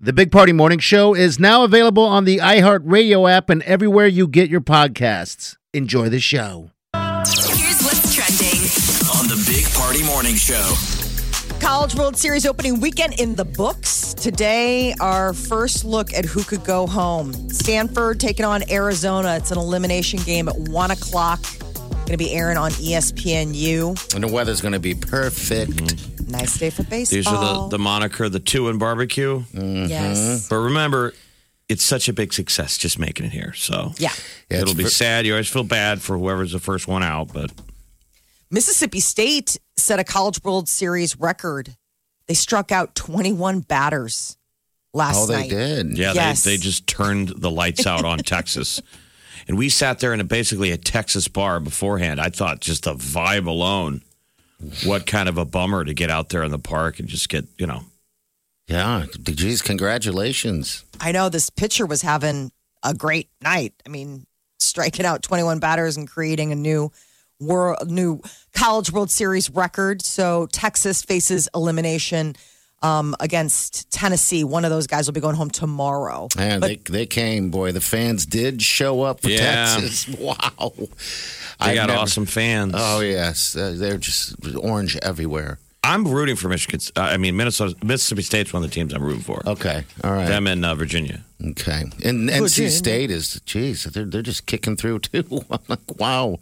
The Big Party Morning Show is now available on the iHeartRadio app and everywhere you get your podcasts. Enjoy the show. Here's what's trending. on the Big Party Morning Show. College World Series opening weekend in the books. Today, our first look at who could go home. Stanford taking on Arizona. It's an elimination game at one o'clock. Going to be airing on E ESPNU. And the weather's going to be perfect. Mm-hmm. Nice day for These baseball. are the, the moniker, the two and barbecue. mm-hmm. yes. But remember, it's such a big success just making it here. So Yeah. Yeah, it'll it's be ver- sad. You always feel bad for whoever's the first one out, but Mississippi State set a College World Series record. They struck out 21 batters last Oh, they night. did. yeah, Yes. they, they just turned the lights out on Texas. And we sat there in a, basically a Texas bar beforehand. I thought just the vibe alone, what kind of a bummer to get out there in the park and just get, you know, Yeah. Geez, congratulations. I know this pitcher was having a great night. I mean, striking out 21 batters and creating a new world, new college World Series record. So Texas faces elimination um, against Tennessee. One of those guys will be going home tomorrow. Man, they, they came, boy. The fans did show up for Yeah. Texas. Wow. they I got never- awesome fans. Oh, yes. Uh, they're just orange everywhere. I'm rooting for Michigan. uh, I mean, Minnesota, Mississippi State's one of the teams I'm rooting for. Okay. All right. Them and uh, Virginia. Okay. And NC State is, geez, they're, they're just kicking through, too. I'm like, wow.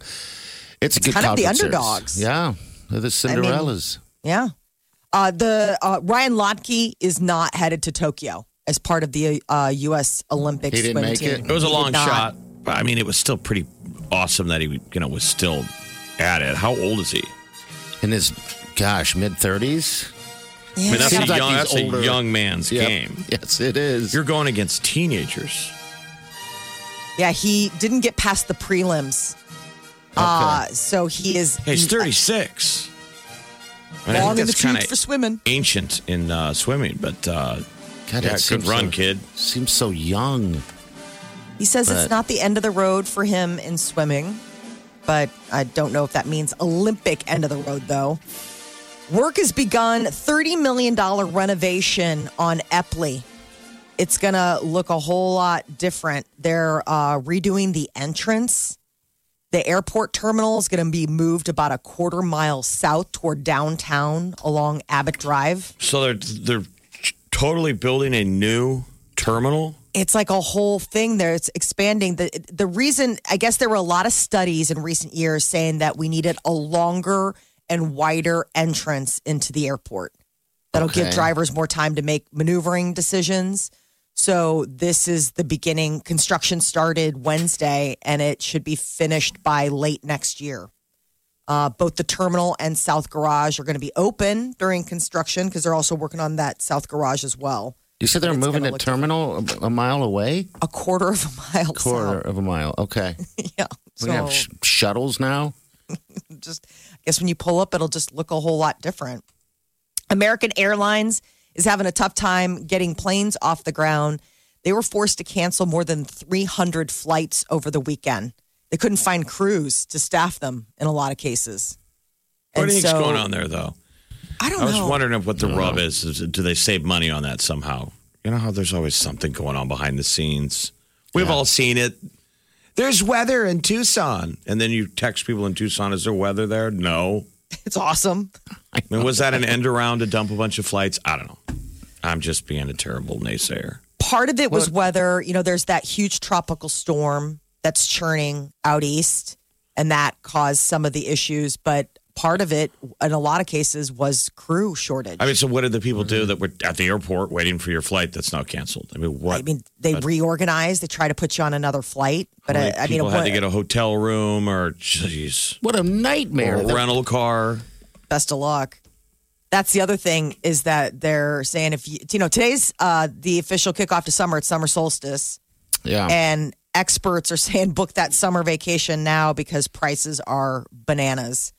It's, a good kind of the conference series. underdogs. Yeah. They're the Cinderellas. Yeah. Uh, the uh, Ryan Lochte is not headed to Tokyo as part of the uh, U.S. Olympic He didn't swim make team. it? It was a He did long not. shot. But, I mean, it was still pretty awesome that he, you know, was still at it. How old is he? in his, gosh, mid 30s. I mean, that's, a Seems like young, he's that's a older. young man's Yep. game. Yes, it is. You're going against teenagers. Yeah, he didn't get past the prelims. Uh, so he is Hey, he's 36. I, mean, I long think in the that's kind tooth for of swimming. ancient in uh, swimming, but uh, God, yeah, it good seems run, so- kid. Seems so young. He says it's But- not the end of the road for him in swimming, but I don't know if that means Olympic end of the road, though. Work has begun $30 million renovation on Epley. It's going to look a whole lot different. They're uh, redoing the entrance. The airport terminal is going to be moved about a quarter mile south toward downtown along Abbott Drive. So they're they're totally building a new terminal. it's like a whole thing there it's expanding the the reason i guess there were a lot of studies in recent years saying that we needed a longer and wider entrance into the airport that'll give Okay. drivers more time to make maneuvering decisions so this is the beginning construction started wednesday and it should be finished by late next year uh, both the terminal and south garage are going to be open during construction because they're also working on that south garage as well You said they're moving the gonna look- terminal a, a mile away? a quarter of a mile Quarter of a mile. Okay. south. Yeah. We have sh- So shuttles now? just I guess when you pull up it'll just look a whole lot different. American Airlines is having a tough time getting planes off the ground. They were forced to cancel more than 300 flights over the weekend. They couldn't find crews to staff them in a lot of cases. What And do you think's so- going on there, though? I don't I was know. wondering if what the rub is, is. Do they save money on that somehow? You know how there's always something going on behind the scenes. We've all seen it. There's weather in Tucson, and then you text people in Tucson, "Is there weather there?" No. It's awesome. I mean, was that an end around to dump a bunch of flights? I don't know. I'm just being a terrible naysayer. part of it was weather. You know, there's that huge tropical storm that's churning out east, and that caused some of the issues. But part of it, in a lot of cases, was crew shortage. I mean, so what did the people do that were at the airport waiting for your flight that's now canceled? I mean, what? I mean, they reorganized. They try to put you on another flight, but how many I, I mean, people had what- to get a hotel room or jeez, What a nightmare. or a The- rental car. best of luck. That's the other thing is that they're saying if you, you know, today's uh, the official kickoff to summer. It's summer solstice. Yeah. And experts are saying book that summer vacation now because prices are bananas.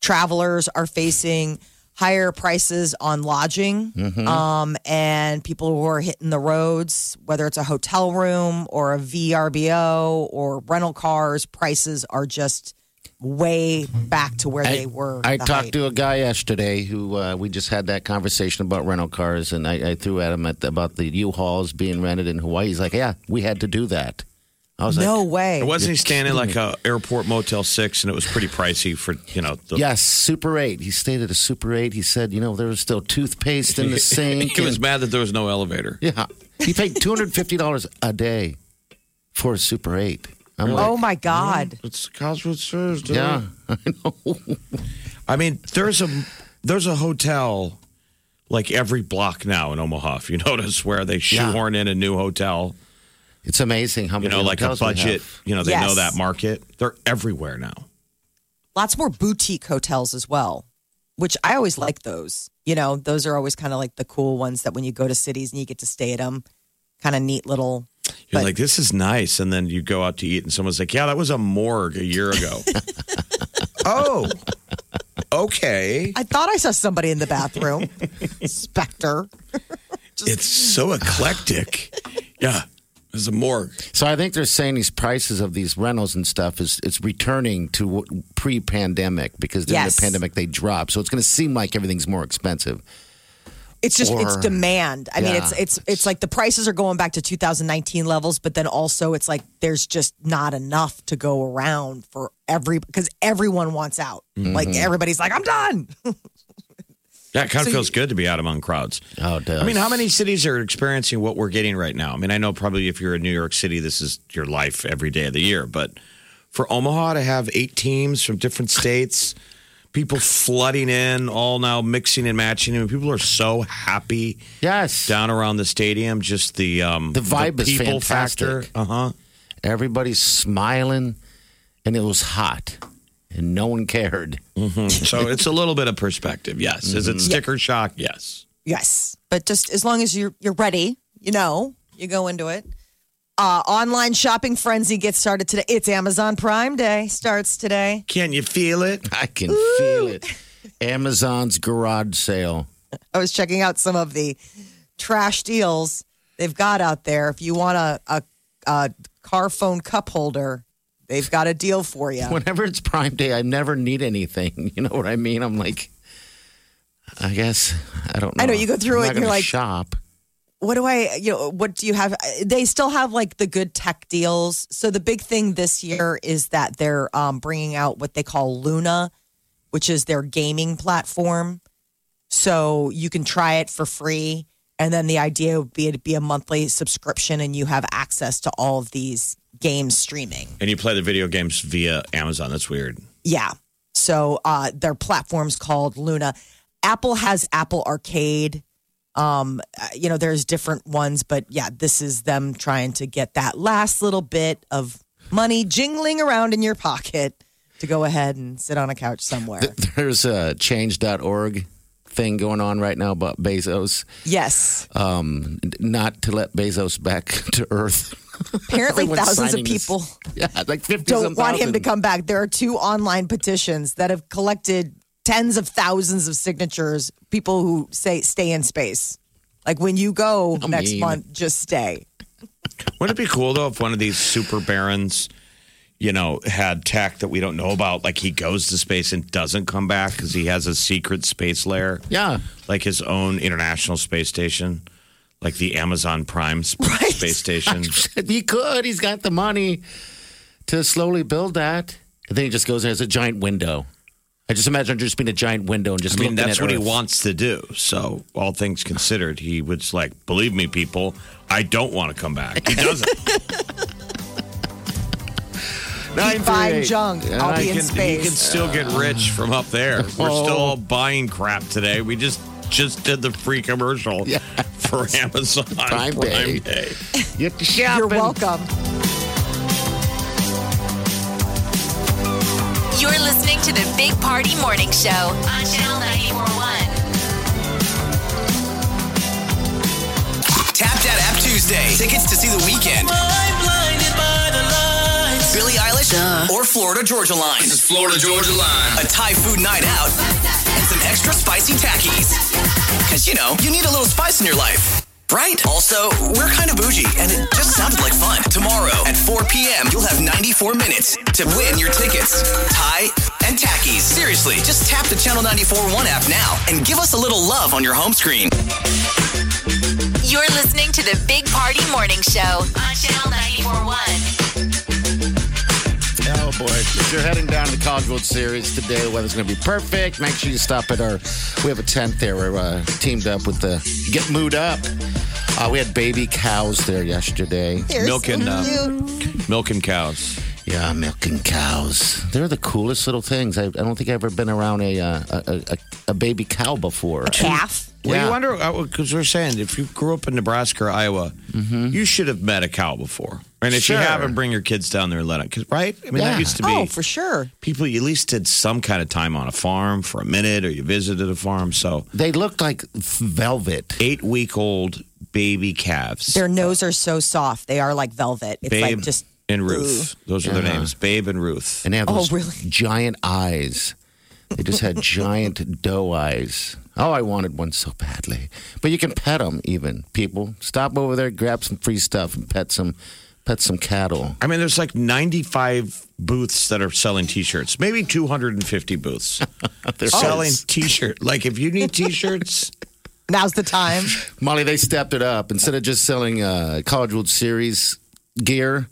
Travelers are facing higher prices on lodging, Mm-hmm. um, and people who are hitting the roads, whether it's a hotel room or a VRBO or rental cars, prices are just way back to where they were. I at the talked height. to a guy yesterday who uh, we just had that conversation about rental cars, and I, I threw at him at about the U-Hauls being rented in Hawaii. He's like, "Yeah, we had to do that." I was no like, way. It wasn't he standing like a airport motel six, and it was pretty pricey for you know. The, "Yes, Super 8." He stayed at a Super 8. He said, "You know, there was still toothpaste in the sink." he was and- mad that there was no elevator. yeah, he paid two hundred fifty dollars a day for a Super 8. I'm like, Oh my God. It's Coswood Service. yeah, I mean, there's a there's a hotel like every block now in Omaha. If you notice where they shoehorn in a new hotel, it's amazing how you many know, like a hotels we have. budget. You know, they know Yes. that market. They're everywhere now. Lots more boutique hotels as well, which I always like those. You know, those are always kind of like the cool ones that when you go to cities and you get to stay at them, kind of neat little. You're But- like, this is nice, and then you go out to eat, and someone's like, yeah, that was a morgue a year ago. oh, okay. I thought I saw somebody in the bathroom. Spectre. It's so eclectic. yeah, it's a morgue. So I think they're saying these prices of these rentals and stuff is it's returning to w- pre-pandemic because during Yes. the pandemic they dropped. So it's going to seem like everything's more expensive. It's just it's Or- demand. I mean, Yeah. it's it's it's like the prices are going back to 2019 levels, but then also it's like there's just not enough to go around for every because everyone wants out. Like Mm-hmm. everybody's like, I'm done. Yeah, it kind of feels good to be out among crowds. Oh, it does. I mean, how many cities are experiencing what we're getting right now? I mean, I know probably if you're in New York City, this is your life every day of the year. But for Omaha to have eight teams from different states, people flooding in, all now mixing and matching, I mean, people are so happy Yes, down around the stadium. Just the um, The vibe is people fantastic. factor. Uh huh. everybody's smiling, and it was hot, and no one cared. So it's a little bit of perspective. Yes. Is Mm-hmm. it sticker shock? Yes. Yes, but just as long as you're you're ready, you know, you go into it. Uh, online shopping frenzy gets started today. It's Amazon Prime Day starts today. Can you feel it? I can feel it. Amazon's garage sale. I was checking out some of the trash deals they've got out there. If you want a a, a car phone cup holder, they've got a deal for you. Whenever it's Prime Day, I never need anything. You know what I mean? I'm like, I guess I don't. know. I know, you go through I'm it not and you're gonna like- shop. what do I, you know, what do you have? They still have like the good tech deals. So the big thing this year is that they're um, bringing out what they call Luna, which is their gaming platform. So you can try it for free. And then the idea would be to be a monthly subscription and you have access to all of these game streaming. And you play the video games via Amazon. That's weird. Yeah. So uh, their platform's called Luna. Apple has Apple Arcade. Um, uh, you know, there's different ones, but yeah, this is them trying to get that last little bit of money jingling around in your pocket to go ahead and sit on a couch somewhere. There's a change.org thing going on right now about Bezos, yes. um, not to let Bezos back to Earth. Apparently, Everyone's thousands of signing this. people Yeah, like 50 don't want him to come. come back. There are two online petitions that have collected tens of thousands of signatures. People who say stay in space. Like when you go How next mean. month, just stay. Wouldn't it be cool though if one of these super barons, you know, had tech that we don't know about? Like he goes to space and doesn't come back because he has a secret space lair, Yeah. like his own international space station, like the Amazon Prime sp- space station. He could. He's got the money to slowly build that. And then he just goes and has a giant window. I just imagine just being a giant window and just I mean, looking that's at what he Earth. wants to do. So, all things considered, he was like, "Believe me, people, I don't want to come back." He doesn't. Keep buying junk. I'll he, be in can, he can space. still get rich from up there. We're still all buying crap today. We just just did the free commercial Yeah. for Amazon Prime, Prime Day. Day. You have to shop You're and- welcome. You're listening to the Big Party Morning Show on Channel 941. Tap that app Tuesday. Tickets to see the weekend. I'm or Florida Georgia Line. This is Florida Georgia Line. A Thai food night out and some extra spicy tackies. Because, you know, you need a little spice in your life. Right? Also, we're kind of bougie, and it just sounded like fun. Tomorrow at 4 p.m., you'll have 94 minutes to win your tickets. Thai and tackies. Seriously, just tap the Channel 94 One app now and give us a little love on your home screen. You're listening to the Big Party Morning Show on Channel 94.1. Oh boy! If you're heading down to the College World Series today, weather's going to be perfect. Make sure you stop at our. We have a tent there. We're uh, teamed up with the Get Mooed Up. Uh, we had baby cows there yesterday. They're Milking, so uh, cute. Milking cows. Yeah, milking cows. They're the coolest little things. I, I don't think I've ever been around a uh, a, a, a baby cow before. calf. Well, Yeah. you wonder because we're saying if you grew up in Nebraska or Iowa, you should have met a cow before. And if Sure. you haven't, bring your kids down there and let it. Cause, right? I mean, Yeah. that used to be Oh, for sure. people. You at least did some kind of time on a farm for a minute, or you visited a farm. So They looked like velvet. eight week old baby calves, Their nose are so soft. They are like velvet. It's Babe like just and Ruth. Those are their Yeah. names, Babe and Ruth. And they had Oh, those really? giant eyes. They just had giant doe eyes. Oh, I wanted one so badly. But you can pet them even, people. Stop over there, grab some free stuff and pet some pet some cattle. I mean, there's like 95 booths that are selling T-shirts, maybe 250 booths They're selling T-shirt. Like if you need T-shirts, now's the time. Molly, they stepped it up. Instead of just selling uh, College World Series gear,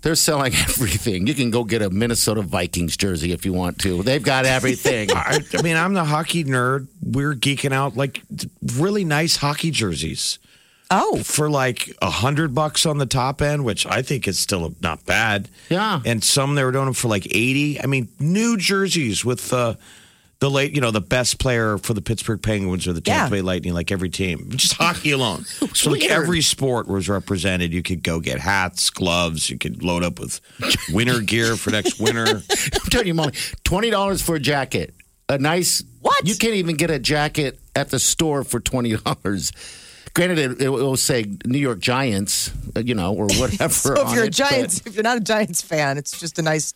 they're selling everything. You can go get a Minnesota Vikings jersey if you want to. They've got everything. I, I mean, I'm the hockey nerd. We're geeking out like really nice hockey jerseys Oh, for like a hundred bucks on the top end, which I think is still not bad. Yeah. And some they were doing them for like eighty. I mean, new jerseys with uh, the late, you know, the best player for the Pittsburgh Penguins or the Tampa Yeah. Bay Lightning, like every team, just hockey alone. so like Weird. every sport was represented. You could go get hats, gloves. You could load up with winter gear for next winter. I'm telling you, Molly, twenty dollars for a jacket. A nice What? You can't even get a jacket at the store for twenty dollars. Granted, it, it will say New York Giants, uh, you know, or whatever. so if on you're a it, Giants, if you're not a Giants fan, it's just a nice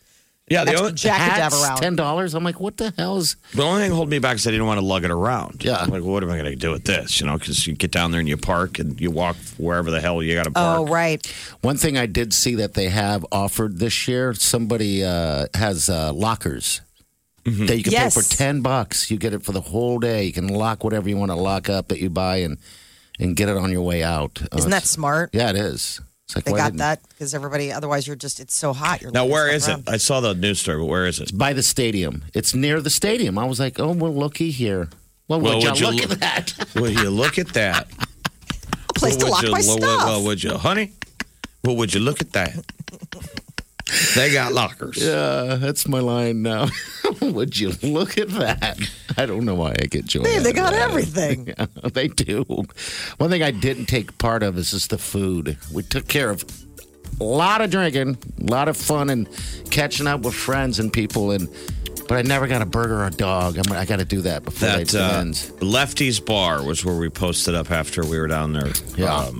Yeah, the extra only, but jacket to have hats, around. ten dollars. I'm like, what the hell's? The only thing holding me back is I didn't want to lug it around. Yeah. I'm like, well, what am I going to do with this? You know, because you get down there and you park and you walk wherever the hell you got to park. oh, right. One thing I did see that they have offered this year, somebody uh, has uh, lockers that you can Yes. pay for ten bucks. You get it for the whole day. You can lock whatever you want to lock up that you buy and and get it on your way out. Uh, Isn't that it's- smart? Yeah, it is. It's like They why got didn't- that because everybody. Otherwise, you're just. It's so hot. You're Now, looking where stuff is it? around. I saw the news story, but where is it? by the stadium. It's near the stadium. I was like, oh, well, looky here. Well, Well, would, you would you look look- at that? Will you look at that? A place to Well, lock would you, my well, stuff. well, well, would you, honey? Well, would you look at that? they got lockers. Uh, that's my line now. would you look at that? I don't know why I get joy. Man, they out got of that. everything. Yeah, they do. One thing I didn't take part of is just the food. We took care of a lot of drinking, a lot of fun, and catching up with friends and people. And but I never got a burger or a dog. I'm, I got to do that before That they uh, ends. Lefty's Bar was where we posted up after we were down there. Um, Yeah.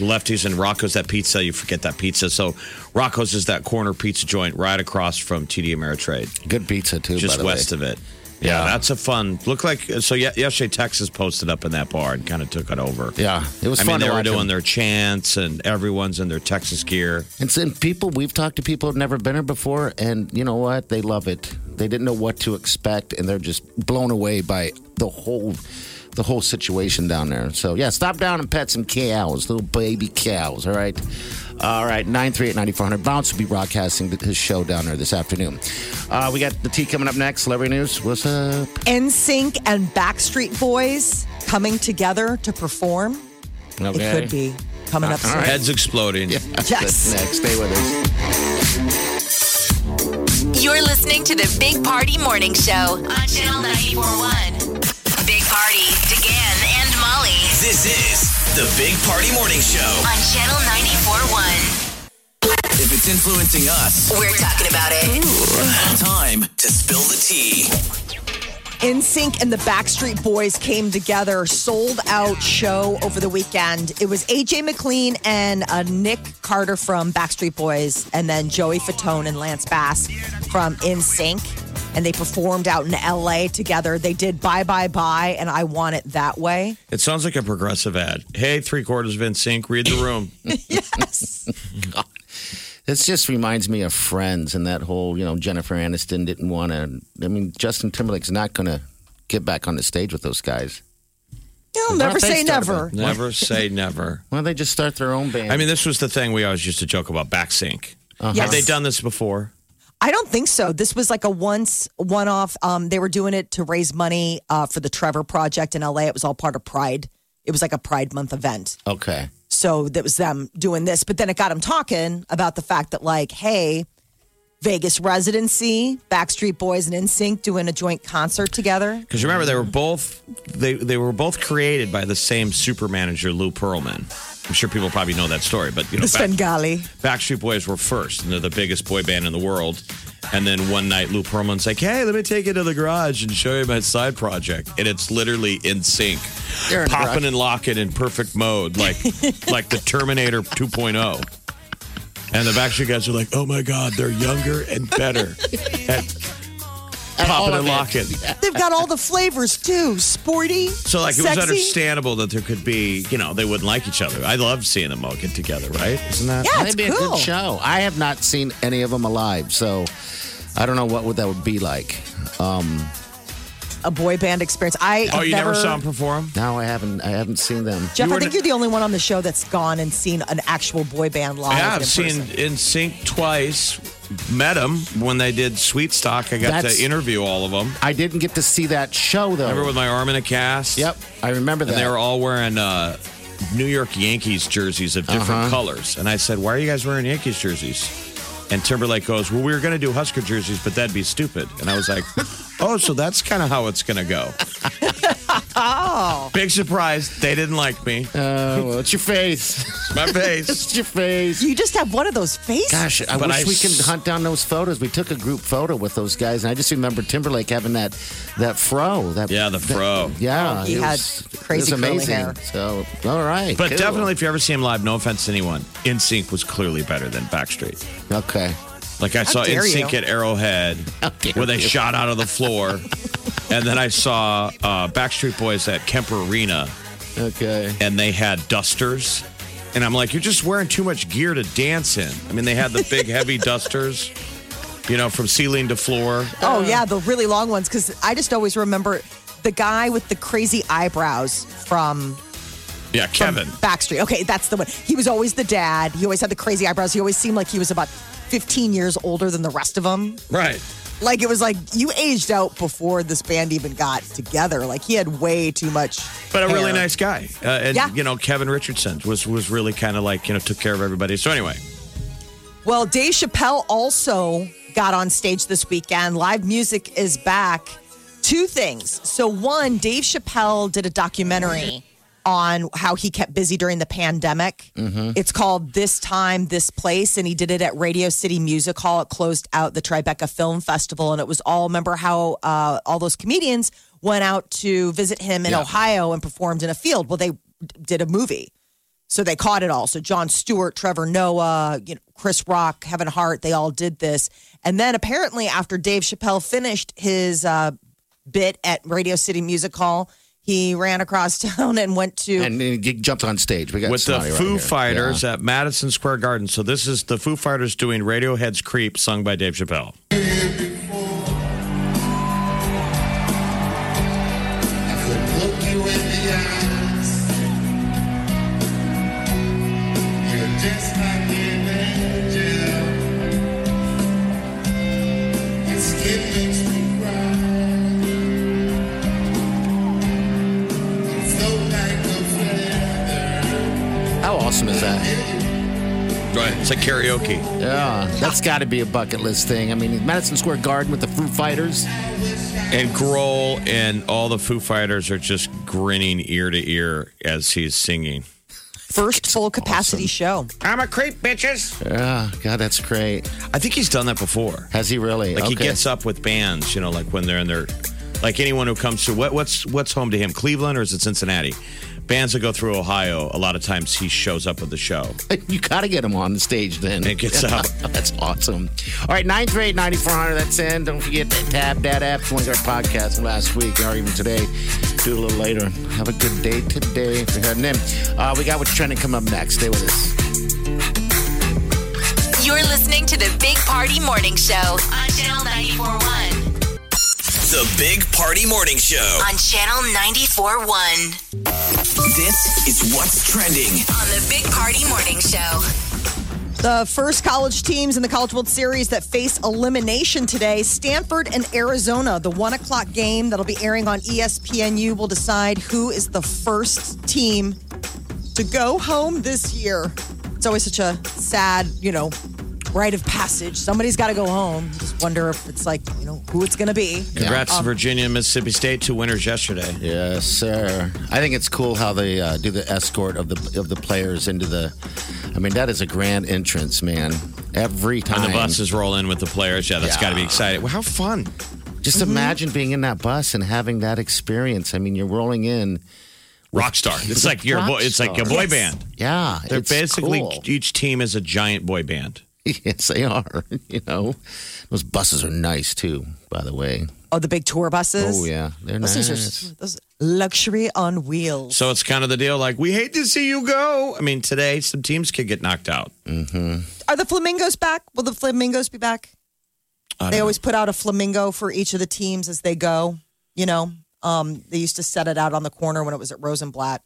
Lefty's and Rocco's, that pizza, you forget that pizza. So, Rocco's is that corner pizza joint right across from TD Ameritrade. Good pizza too. by just the way. west of it. Yeah, Yeah. that's a fun look. Like so, ye- yesterday Texas posted up in that bar and kind of took it over. Yeah, it was I mean fun. they to were watch doing them. their chants and everyone's in their Texas gear. And, so- and people, we've talked to people who've never been here before, and you know what? They love it. They didn't know what to expect, and they're just blown away by the whole, the whole situation down there. So yeah, stop down and pet some cows, little baby cows. All right, all right. Nine three eight ninety four hundred. Bounce will be broadcasting his show down there this afternoon. Uh, we got the tea coming up next. Celebrity news. What's up? NSYNC and Backstreet Boys coming together to perform. It could be coming up soon. Heads exploding. Yes. Next, stay with us. You're listening to the Big Party Morning Show on Channel 94.1. Big Party, DeGan and Molly This is the Big Party Morning Show. on Channel 94.1. If it's influencing us, We're talking about it. time to spill the tea. NSYNC and the Backstreet Boys came together, sold out show over the weekend. It was AJ McLean and uh, Nick Carter from Backstreet Boys, and then Joey Fatone and Lance Bass from NSYNC. And they performed out in LA together. They did Bye Bye Bye and I Want It That Way. It sounds like a progressive ad. Hey, three quarters of NSYNC, read the room. This just reminds me of Friends and that whole, you know, Jennifer Aniston didn't want to. I mean, Justin Timberlake's not going to get back on the stage with those guys. You'll Why never don't they say start never. never say never. Why don't they just start their own band? I mean, this was the thing we always used to joke about back sync. Have Uh-huh. Yes. they done this before? I don't think so. This was like a once one off. Um, they were doing it to raise money uh, for the Trevor Project in LA. It was all part of Pride. It was like a Pride Month event. okay. So that was them doing this. But then it got them talking about the fact that, like, hey, Vegas residency, Backstreet Boys and NSYNC doing a joint concert together. Because remember, they were Mm-hmm. both they they were both created by the same super manager, Lou Pearlman. I'm sure people probably know that story, but you know, The back- Svengali. Backstreet Boys were first, and they're the biggest boy band in the world. And then one night, Lou Pearlman's like, "Hey, let me take you to the garage and show you my side project," and it's literally in sync, They're in the popping garage. and locking in perfect mode, like like the Terminator 2.0. And the Backstreet Guys are like, "Oh my God, they're younger and better at popping and locking." They've got all the flavors too sporty. So like it sexy. was understandable that there could be, you know, they wouldn't like each other. I love seeing them all get together, right? Isn't that? Yeah, it's That'd be a cool. good show. I have not seen any of them alive, so I don't know what would that would be like. A boy band experience. I Oh, have you never, saw them perform? No, I haven't. I haven't seen them. Jeff, You I were think n- you're the only one on the show that's gone and seen an actual boy band live. yeah, and in I've seen person. In Sync twice. Met them when they did Sweet Stock. I got That's- to interview all of them. I didn't get to see that show though. Remember with my arm in a cast? yep, I remember that. And they were all wearing uh, New York Yankees jerseys of different colors. And I said, Why are you guys wearing Yankees jerseys? And Timberlake goes, Well, we were going to do Husker jerseys, but that'd be stupid. And I was like, Oh, so that's kind of how it's going to go. oh. Big surprise. They didn't like me. Oh, well, it's your face. My face. it's your face. You just have one of those faces. Gosh, I But wish I we could s- hunt down those photos. We took a group photo with those guys, and I just remember Timberlake having that that fro. That Yeah, the fro. yeah, Oh, He it had was- it crazy was curly amazing. hair. So, all right, But cool. definitely, if you ever see him live, no offense to anyone, NSYNC was clearly better than Backstreet. okay. Like I saw dare NSYNC you. at Arrowhead, How dare where they you. shot out of the floor, and then I saw uh, Backstreet Boys at Kemper Arena, Okay. and they had dusters, and I'm like, you're just wearing too much gear to dance in. I mean, they had the big heavy dusters, you know, from ceiling to floor. Oh yeah, the really long ones. Because I just always remember the guy with the crazy eyebrows from Yeah, Kevin. Backstreet. Okay, that's the one. He was always the dad. He always had the crazy eyebrows. He always seemed like he was about 15 years older than the rest of them. Right. Like it was like you aged out before this band even got together. Like he had way too much. But a really hair. nice guy, uh, and Yeah. you know, Kevin Richardson was was really kind of like you know took care of everybody. So anyway, Well, Dave Chappelle also got on stage this weekend. Live music is back. Two things. So, one, Dave Chappelle did a documentary on how he kept busy during the pandemic. It's called This Time, This Place, and he did it at Radio City Music Hall. It closed out the Tribeca Film Festival, and it was all, remember how uh, all those comedians went out to visit him in Ohio and performed in a field? Well, they d- did a movie. So they caught it all. So John Stewart, Trevor Noah, you know, Chris Rock, Kevin Hart, they all did this. And then apparently, after Dave Chappelle finished his uh, bit at Radio City Music Hall, he ran across town and went to. And he g- jumped on stage. We got with the Snotty right Foo here. Fighters at Madison Square Garden. So this is the Foo Fighters doing Radiohead's "Creep" sung by Dave Chappelle. Yeah. How awesome is that? Right, it's like karaoke. Yeah, that's got to be a bucket list thing. I mean, Madison Square Garden with the Foo Fighters. And Grohl and all the Foo Fighters are just grinning ear to ear as he's singing. First full capacity show. I'm a creep, bitches. Yeah, Ah, God, that's great. I think he's done that before. Has he really? Like he Okay. gets up with bands, you know, like when they're in their Like anyone who comes to what, what's what's home to him, Cleveland or is it Cincinnati? Bands that go through Ohio, a lot of times he shows up at the show. You got to get them on the stage then. It gets up. That's awesome. All right, 938 9400. That's in. Don't forget to tab that app. It's one of our podcasts from last week or even today. Do it a little later. Have a good day today. If you're heading in. Uh, we got what's trending come up next. Stay with us. You're listening to the Big Party Morning Show on Channel 941. The Big Party Morning Show. On Channel 941. This is what's trending. On the Big Party Morning Show. The first college teams in the College World Series that face elimination today Stanford and Arizona. The one o'clock game that'll be airing on E ESPNU will decide who is the first team to go home this year. It's always such a sad, you know, rite of passage. Somebody's got to go home. You Just wonder if it's like, you know, who it's going to be. Congrats Um, to Virginia and Mississippi State, two winners yesterday. Yes, sir. I think it's cool how they uh, do the escort of the of the players into the. I mean, that is a grand entrance, man. Every time. And the buses roll in with the players. Yeah, that's Yeah. got to be exciting. Well, how fun. Just imagine being in that bus and having that experience. I mean, you're rolling in. Rock star. It's like your boy, it's like a boy band. Yeah, They're it's basically cool. each team is a giant boy band. yes, they are. You know, those buses are nice too. By the way, Oh, the big tour buses? oh yeah, they're Those nice. things are s- those luxury on wheels. So it's kind of the deal. Like we hate to see you go. I mean, today some teams could get knocked out. Are the flamingos back? Will the flamingos be back? I They don't always put out a flamingo for each of the teams as they go. You know, um, they used to set it out on the corner when it was at Rosenblatt,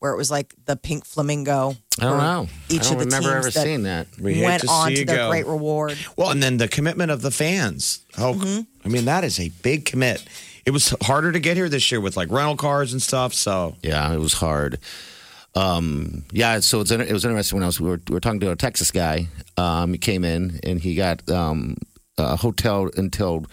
where it was like the pink flamingo. I don't for know. Each I don't of the remember teams ever that seeing that. We hate went to on see to you their go. great reward. Well, and then the commitment of the fans. How Mm-hmm. I mean, that is a big commit. It was harder to get here this year with like rental cars and stuff. So Yeah, it was hard. Um, yeah, so it's it was interesting when I was we were, we were talking to a Texas guy. Um, he came in and he got um, a hotel until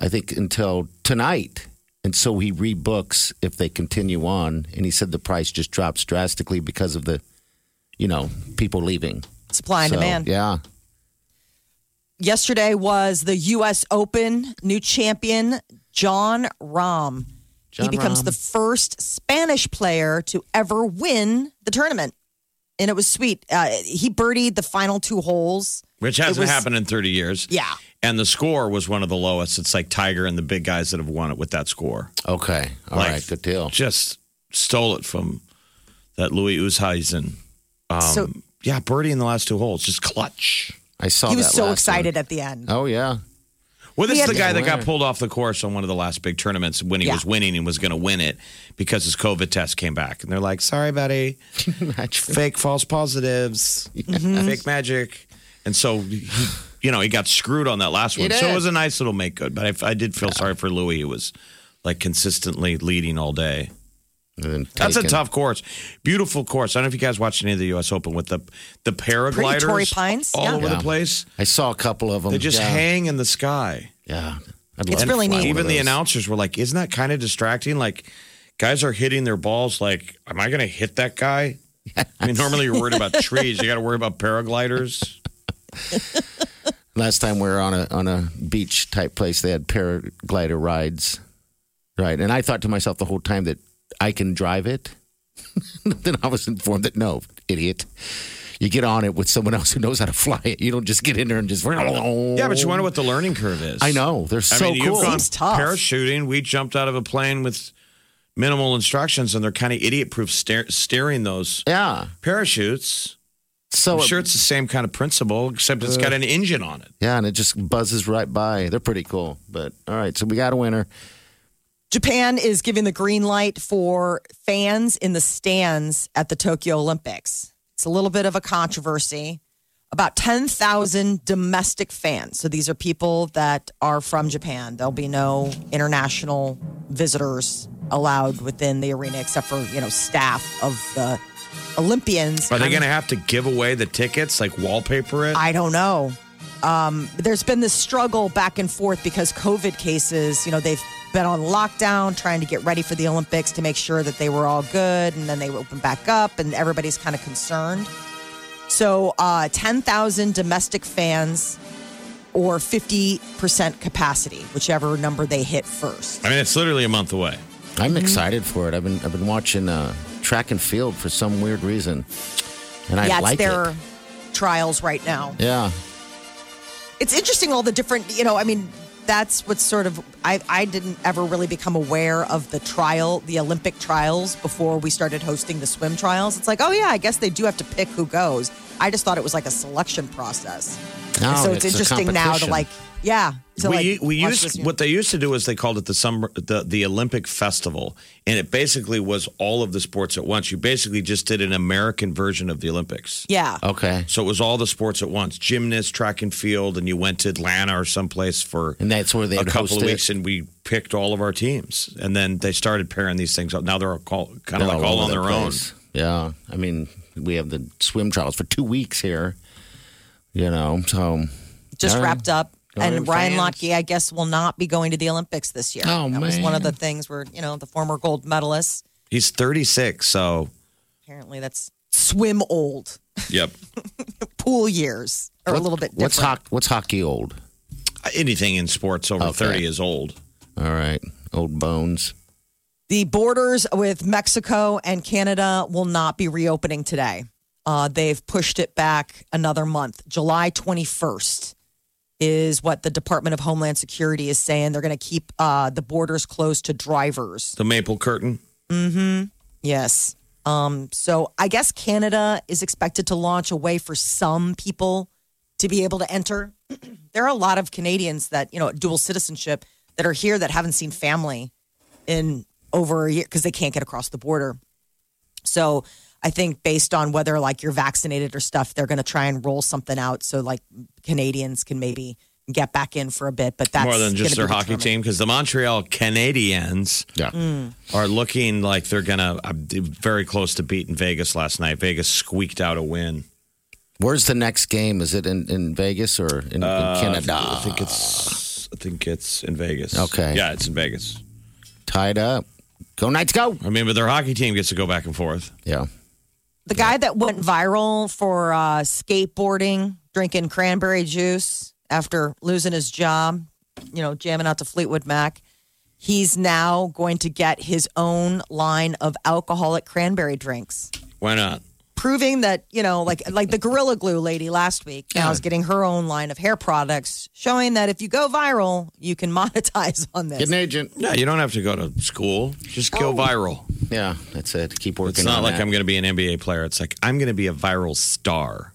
I think until tonight, and so he rebooks if they continue on. And he said the price just drops drastically because of the, you know, people leaving. Supply and So, demand. Yeah, Yesterday was the U.S. Open new champion, John Rahm. he John becomes Rahm. the first Spanish player to ever win the tournament. And it was sweet. Uh, he birdied the final two holes. which hasn't was- happened in 30 years. Yeah. And the score was one of the lowest. It's like Tiger and the big guys that have won it with that score. Okay. all right, Like- Good deal. Just stole it from that Louis Oosthuizen. Um, So- yeah, birdie in the last two holes, just clutch. I saw. he was that so last excited one. at the end. Oh yeah. Well, this He is the had- guy that got pulled off the course on one of the last big tournaments when he Yeah. was winning and was going to win it because his COVID test came back. And they're like, sorry, buddy, fake false positives, Mm-hmm. fake magic. And so, he- you know, he got screwed on that last one. So it did. was a nice little make good. But I, I did feel sorry for Louis, who was like consistently leading all day. And then That's a taken. tough course. Beautiful course. I don't know if you guys watched any of the U.S. Open with the the paragliders Torrey Pines, all yeah. over Yeah. the place. I saw a couple of them. They just Um, yeah. hang in the sky. Yeah. I'd It's love to really fly neat. one of Even the those. announcers were like, "Isn't that kind of distracting?" Like, guys are hitting their balls. Like, am I going to hit that guy? I mean, normally you're worried about trees. You got to worry about paragliders. Last time we were on a on a beach type place, they had paraglider rides, right? And I thought to myself the whole time that I can drive it. then I was informed that no, idiot, you get on it with someone else who knows how to fly it. You don't just get in there and just. Yeah, but you wonder what the learning curve is. I know they're so I mean, cool. you've gone Seems tough. parachuting. We jumped out of a plane with minimal instructions, and they're kind of idiot-proof steer- steering those yeah, parachutes. so I'm sure it's the same kind of principle, except it's got an engine on it. yeah, and it just buzzes right by. They're pretty cool. But all right, so we got a winner. Japan is giving the green light for fans in the stands at the Tokyo Olympics. It's a little bit of a controversy. About 10,000 domestic fans. So these are people that are from Japan. There'll be no international visitors allowed within the arena except for, you know, staff of the Olympians. Are they going to have to give away the tickets, like wallpaper it? I don't know. Um, there's been this struggle back and forth because COVID cases, you know, they've been on lockdown trying to get ready for the Olympics to make sure that they were all good and then they open back up and everybody's kind of concerned. So uh, 10,000 domestic fans or 50% capacity, whichever number they hit first. I mean, it's literally a month away. Mm-hmm. I'm excited for it. I've been I've been watching uh, track and field for some weird reason, and I yeah, it's like their it. trials right now. Yeah, It's interesting, all the different, you know, I mean, that's what's sort of, I, I didn't ever really become aware of the trial, the Olympic trials before we started hosting the swim trials. It's like, oh, yeah, I guess they do have to pick who goes. I just thought it was like a selection process. No, And so it's, Oh, it's a interesting now to competition. like, yeah. To we like we watch used this- what they used to do is they called it the summer the, the Olympic Festival, and it basically was all of the sports at once. You basically just did an American version of the Olympics. yeah. okay. So it was all the sports at once: gymnast, track and field, and you went to Atlanta or someplace for And that's where they a couple host of it. weeks, and we picked all of our teams, and then they started pairing these things up. Now they're all call, kind of They're like all on over the their place. Yeah, I mean we have the swim trials for two weeks here. You know, so just Darn. wrapped up. Darn and Ryan fans. Lochte, I guess, will not be going to the Olympics this year. Oh, that was man. one of the things where, you know, the former gold medalist, own. He's thirty six, so apparently that's swim old, yep. pool years, or a little bit different. what's hockey? What's hockey old? Anything in sports over Okay. thirty is old. All right, old bones. The borders with Mexico and Canada will not be reopening today. Uh, they've pushed it back another month. July 21st is what the Department of Homeland Security is saying. They're going to keep uh, the borders closed to drivers. The Maple Curtain. Yes. Um, so I guess Canada is expected to launch a way for some people to be able to enter. there are a lot of Canadians that, you know, dual citizenship that are here that haven't seen family in over a year because they can't get across the border. So I think based on whether like you're vaccinated or stuff, they're going to try and roll something out so like Canadians can maybe get back in for a bit. But that's more than just gonna their be hockey determined. team because the Montreal Canadiens Yeah, Mm-hmm. are looking like they're gonna uh, very close to beating Vegas last night. Vegas squeaked out a win. where's the next game? Is it in, in Vegas or in, in Uh, I Canada? think it's I think it's in Vegas. Okay. yeah, it's in Vegas. Tied up. Go Knights, go! I mean, but their hockey team gets to go back and forth. Yeah. The guy that went viral for uh, skateboarding, drinking cranberry juice after losing his job, you know, jamming out to Fleetwood Mac, he's now going to get his own line of alcoholic cranberry drinks, Why not? proving that you know, like like the Gorilla Glue lady last week now is getting her own line of hair products, showing that if you go viral, you can monetize on this. Get an agent. No, you don't have to go to school. Just go viral. Yeah, that's it. Keep Oh, working. It's not on like that. I'm going to be an NBA player. It's like I'm going to be a viral star.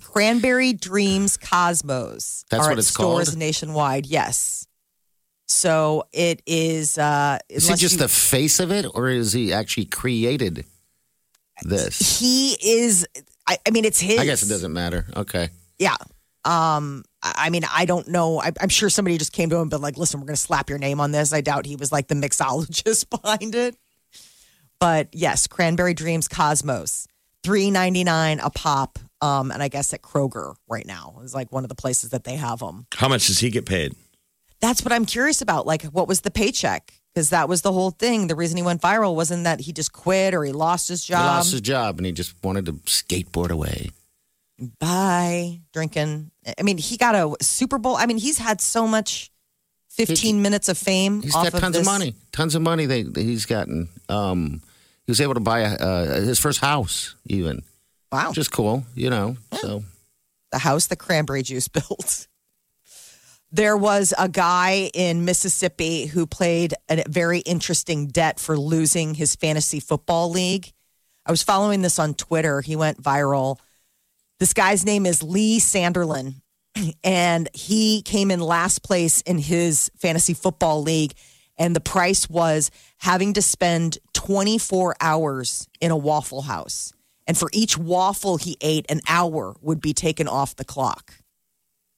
Cranberry Dreams Cosmos. That's are what at it's stores called? nationwide. Yes. So it is. Uh, Is he unless just you- the face of it, or is he actually created this? He is. I, I mean, it's his. I guess it doesn't matter. Okay. Yeah. Um. I I mean, I don't know. I, I'm sure somebody just came to him and been like, "Listen, we're going to slap your name on this." I doubt he was like the mixologist behind it. But yes, Cranberry Dreams Cosmos, three ninety nine a pop. Um, and I guess at Kroger right now is like one of the places that they have them. How much does he get paid? That's what I'm curious about. Like, what was the paycheck? Because that was the whole thing. The reason he went viral wasn't that he just quit or he lost his He job lost his job and he just wanted to skateboard away. by drinking. I mean, he got a Super Bowl. I mean, he's had so much 15 minutes of fame. He's off got tons this. of money. Tons of money they, that he's gotten. Um, he was able to buy a, uh, his first house, even, Wow. which is cool, you know. So the house the cranberry juice built. There was a guy in Mississippi who played a very interesting debt for losing his fantasy football league. I was following this on Twitter. He went viral. This guy's name is Lee Sanderlin, and he came in last place in his fantasy football league. And the price was having to spend 24 hours in a Waffle House. And for each waffle he ate, an hour would be taken off the clock.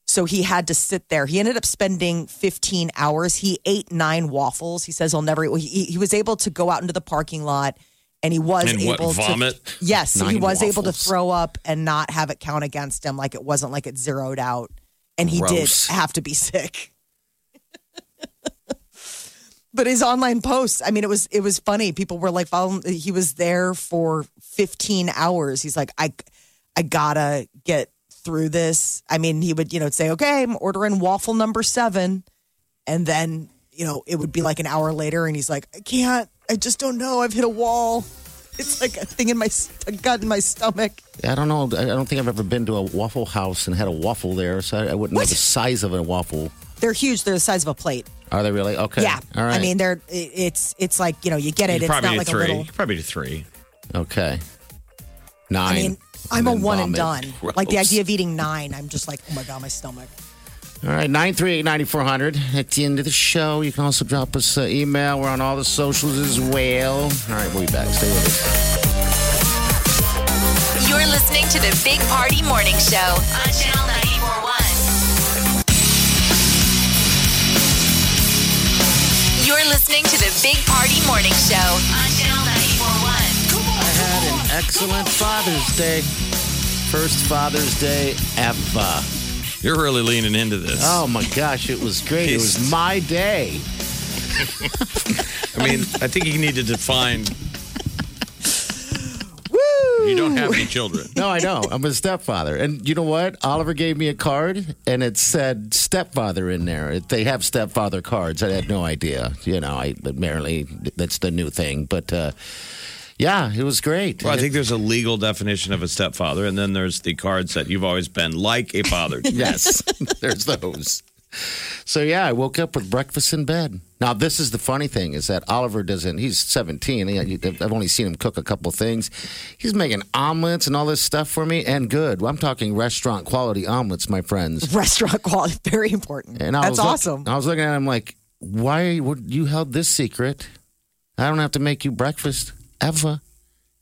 So he had to sit there. He ended up spending 15 hours. He ate nine waffles. He says he'll never. He, he was able to go out into the parking lot, and he was And what, able to vomit? Yes, he Nine was able to waffles. throw up and not have it count against him. Like it wasn't like it zeroed out, and he Gross. did have to be sick. but his online posts, I mean, it was it was funny. People were like, following, he was there for 15 hours. He's like, I, I gotta get through this. I mean, he would, you know, say, okay, I'm ordering waffle number seven. And then, you know, it would be like an hour later and he's like, I can't. I just don't know. I've hit a wall. It's like a thing in my, a gut in my stomach. I don't know. I don't think I've ever been to a Waffle House and had a waffle there, so I I wouldn't know What? the size of a waffle. They're huge. They're the size of a plate. Are they really? Okay. Yeah. All right. I mean, they're, it- it's, it's like, you know, you get it. You it's probably not do like three. a little. You probably do three. okay. Nine. I mean, I'm a then one and vomit. done. Like the Gross. idea of eating nine, I'm just like, oh my God, my stomach. All right, 938-9400 at the end of the show. You can also drop us an email. We're on all the socials as well. All right, we'll be back. Stay with us. You're listening to the Big Party Morning Show on Channel 941. You're listening to the Big Party Morning Show on Channel 941. I had an excellent Father's Day. First Father's Day ever. You're really leaning into this. Oh my gosh, it was great. It was my day. I mean, I think you need to define. Woo! You don't have any children. No, I know. I'm a stepfather. And you know what? Oliver gave me a card and it said stepfather in there. It- They have stepfather cards. I had no idea. You know, I apparently that's the new thing. But uh, yeah, it was great. Well, I think there's a legal definition of a stepfather, and then there's the cards that you've always been like a father. to. yes, there's those. So yeah, I woke up with breakfast in bed. Now this is the funny thing is that Oliver doesn't. He's 17. He- I've only seen him cook a couple things. He's making omelets and all this stuff for me, and good. Well, I'm talking restaurant quality omelets, my friends. Restaurant quality, very important. And I That's was look- awesome. I was looking at him like, why would you held this secret? I don't have to make you breakfast ever.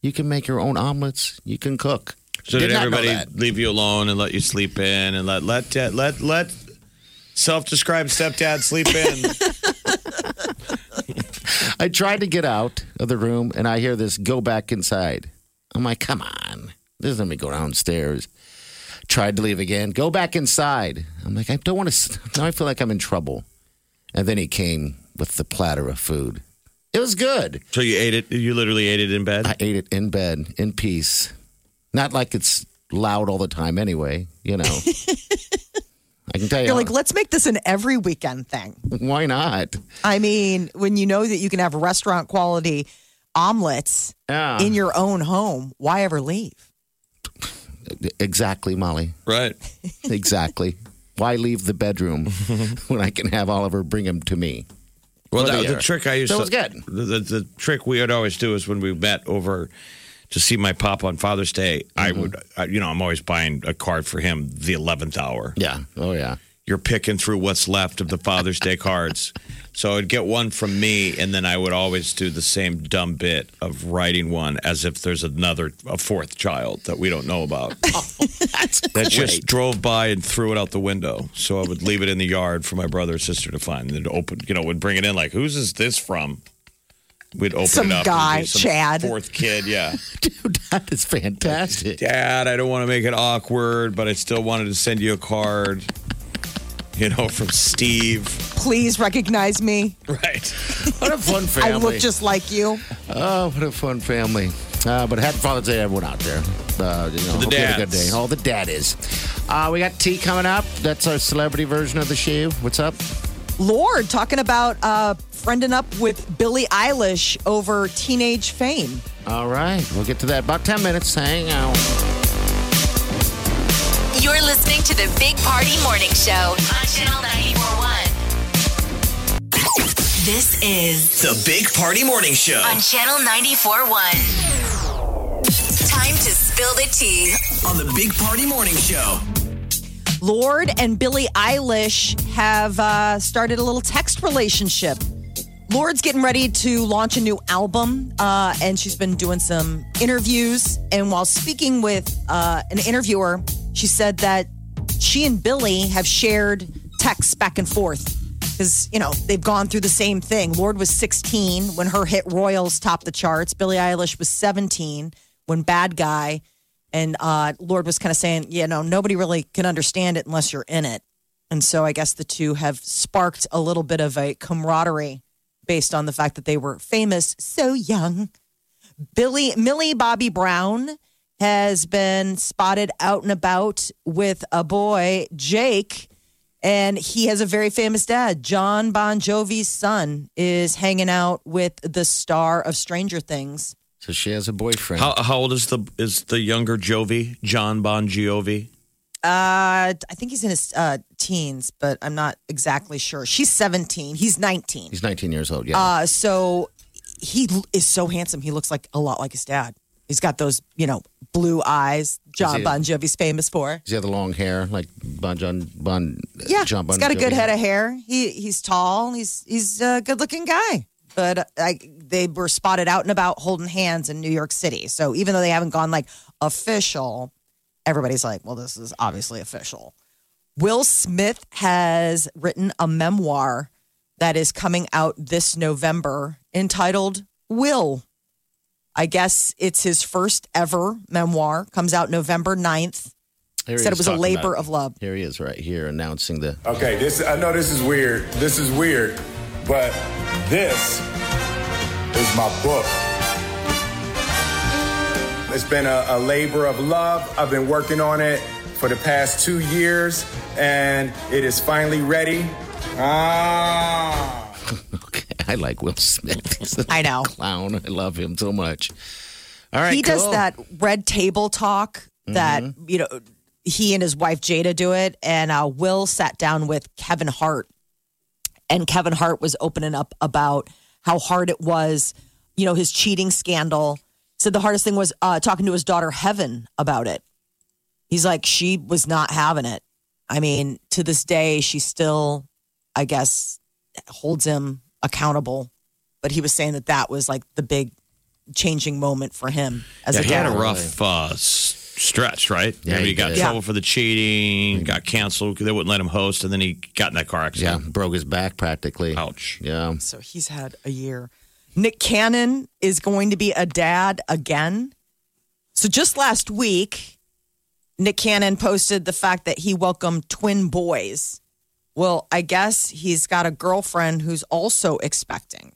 You can make your own omelets. You can cook. So did, Did not know everybody that. leave you alone and let you sleep in and let let let let, let self-described stepdad sleep in? I tried to get out of the room and I hear this go back inside. I'm like, come on. This let me go downstairs. Tried to leave again. Go back inside. I'm like, I don't want to. Now I feel like I'm in trouble. And then he came with the platter of food. It was good. so you ate it. You literally ate it in bed. I ate it in bed, in peace. Not like it's loud all the time anyway, you know. I can tell you, You're like, let's make this an every weekend thing. why not? I mean, when you know that you can have restaurant quality omelets Yeah. in your own home, why ever leave? Exactly, Molly. Right. Exactly. Why leave the bedroom when I can have Oliver bring him to me? Well, For the the, the year. trick I used That to was good. The, the, the trick we would always do is when we met over to see my pop on Father's Day, I Mm-hmm. would, I, you know, I'm always buying a card for him the 11th hour. Yeah. Oh, yeah. You're picking through what's left of the Father's Day cards. So I'd get one from me, and then I would always do the same dumb bit of writing one as if there's another, a fourth child that we don't know about That's that just drove by and threw it out the window. So I would leave it in the yard for my brother or sister to find. And open, you know, would bring it in like, whose is this from? We'd open Some it up. guy, it'd be Chad. Fourth kid, yeah. Dude, that is fantastic. Dad, I don't want to make it awkward, but I still wanted to send you a card, you know, from Steve. Please recognize me. Right. What a fun family. I look just like you. Oh, what a fun family. Uh, but happy Father's Day, to everyone out there. Uh, you know, The hope you had a good dads. day. All the dad is. Uh, we got tea coming up. That's our celebrity version of the shoe. What's up? Lord talking about uh, friending up with Billie Eilish over teenage fame. All right. We'll get to that. About 10 minutes. Hang out. You're listening to the Big Party Morning Show on Channel 941. This is The Big Party Morning Show. on Channel 941. Time to spill the tea. On the Big Party Morning Show. Lord and Billie Eilish have uh, started a little text relationship. Lord's getting ready to launch a new album, uh, and she's been doing some interviews. And while speaking with uh, an interviewer, she said that she and Billy have shared texts back and forth because, you know, they've gone through the same thing. Lord was 16 when her hit Royals topped the charts, Billie Eilish was 17 when Bad Guy. And uh, Lord was kind of saying, you know, nobody really can understand it unless you're in it. And so I guess the two have sparked a little bit of a camaraderie based on the fact that they were famous so young. Billy Millie Bobby Brown has been spotted out and about with a boy, Jake. And he has a very famous dad. John Bon Jovi's son is hanging out with the star of Stranger Things. So she has a boyfriend. How, how old is the is the younger Jovi? John Bon Jovi. Uh, I think he's in his uh, teens, but I'm not exactly sure. She's 17. He's 19. He's 19 years old. Yeah. Uh, so he l- is so handsome. He looks like a lot like his dad. He's got those, you know, blue eyes. John he- Bon Jovi's famous for. Does he have the long hair like Bon John Bon? Yeah, John Bon he's got a good Jovi? head of hair. He he's tall. He's he's a good looking guy. But uh, I, they were spotted out and about holding hands in New York City. So even though they haven't gone like official, everybody's like, well, this is obviously official. Will Smith has written a memoir that is coming out this November entitled Will. I guess it's his first ever memoir, comes out November 9th. Here he Said it is was a talking about labor it. of love. Here he is, right here, announcing the. Uh. Okay, this I know this is weird. This is weird, but this is my book. It's been a, a labor of love. I've been working on it for the past two years, and it is finally ready. Ah. Okay, I like Will Smith. He's a I know. clown. I love him so much. All right, he does cool. Mm-hmm. that red table talk that you know he and his wife Jada do it, and uh, Will sat down with Kevin Hart, and Kevin Hart was opening up about how hard it was, you know, his cheating scandal. Said the hardest thing was uh, talking to his daughter Heaven about it. He's like, she was not having it. I mean, to this day, she still, I guess, holds him accountable. But he was saying that that was like the big changing moment for him as Yeah, a he had a dad. rough uh, s- stretch, right? Yeah, Maybe he he got did. trouble for the cheating, got canceled. 'cause They wouldn't let him host, and then he got in that car Yeah, accident. broke his back practically. Ouch. Yeah. So he's had a year. Nick Cannon is going to be a dad again. So just last week, Nick Cannon posted the fact that he welcomed twin boys. Well, I guess he's got a girlfriend who's also expecting.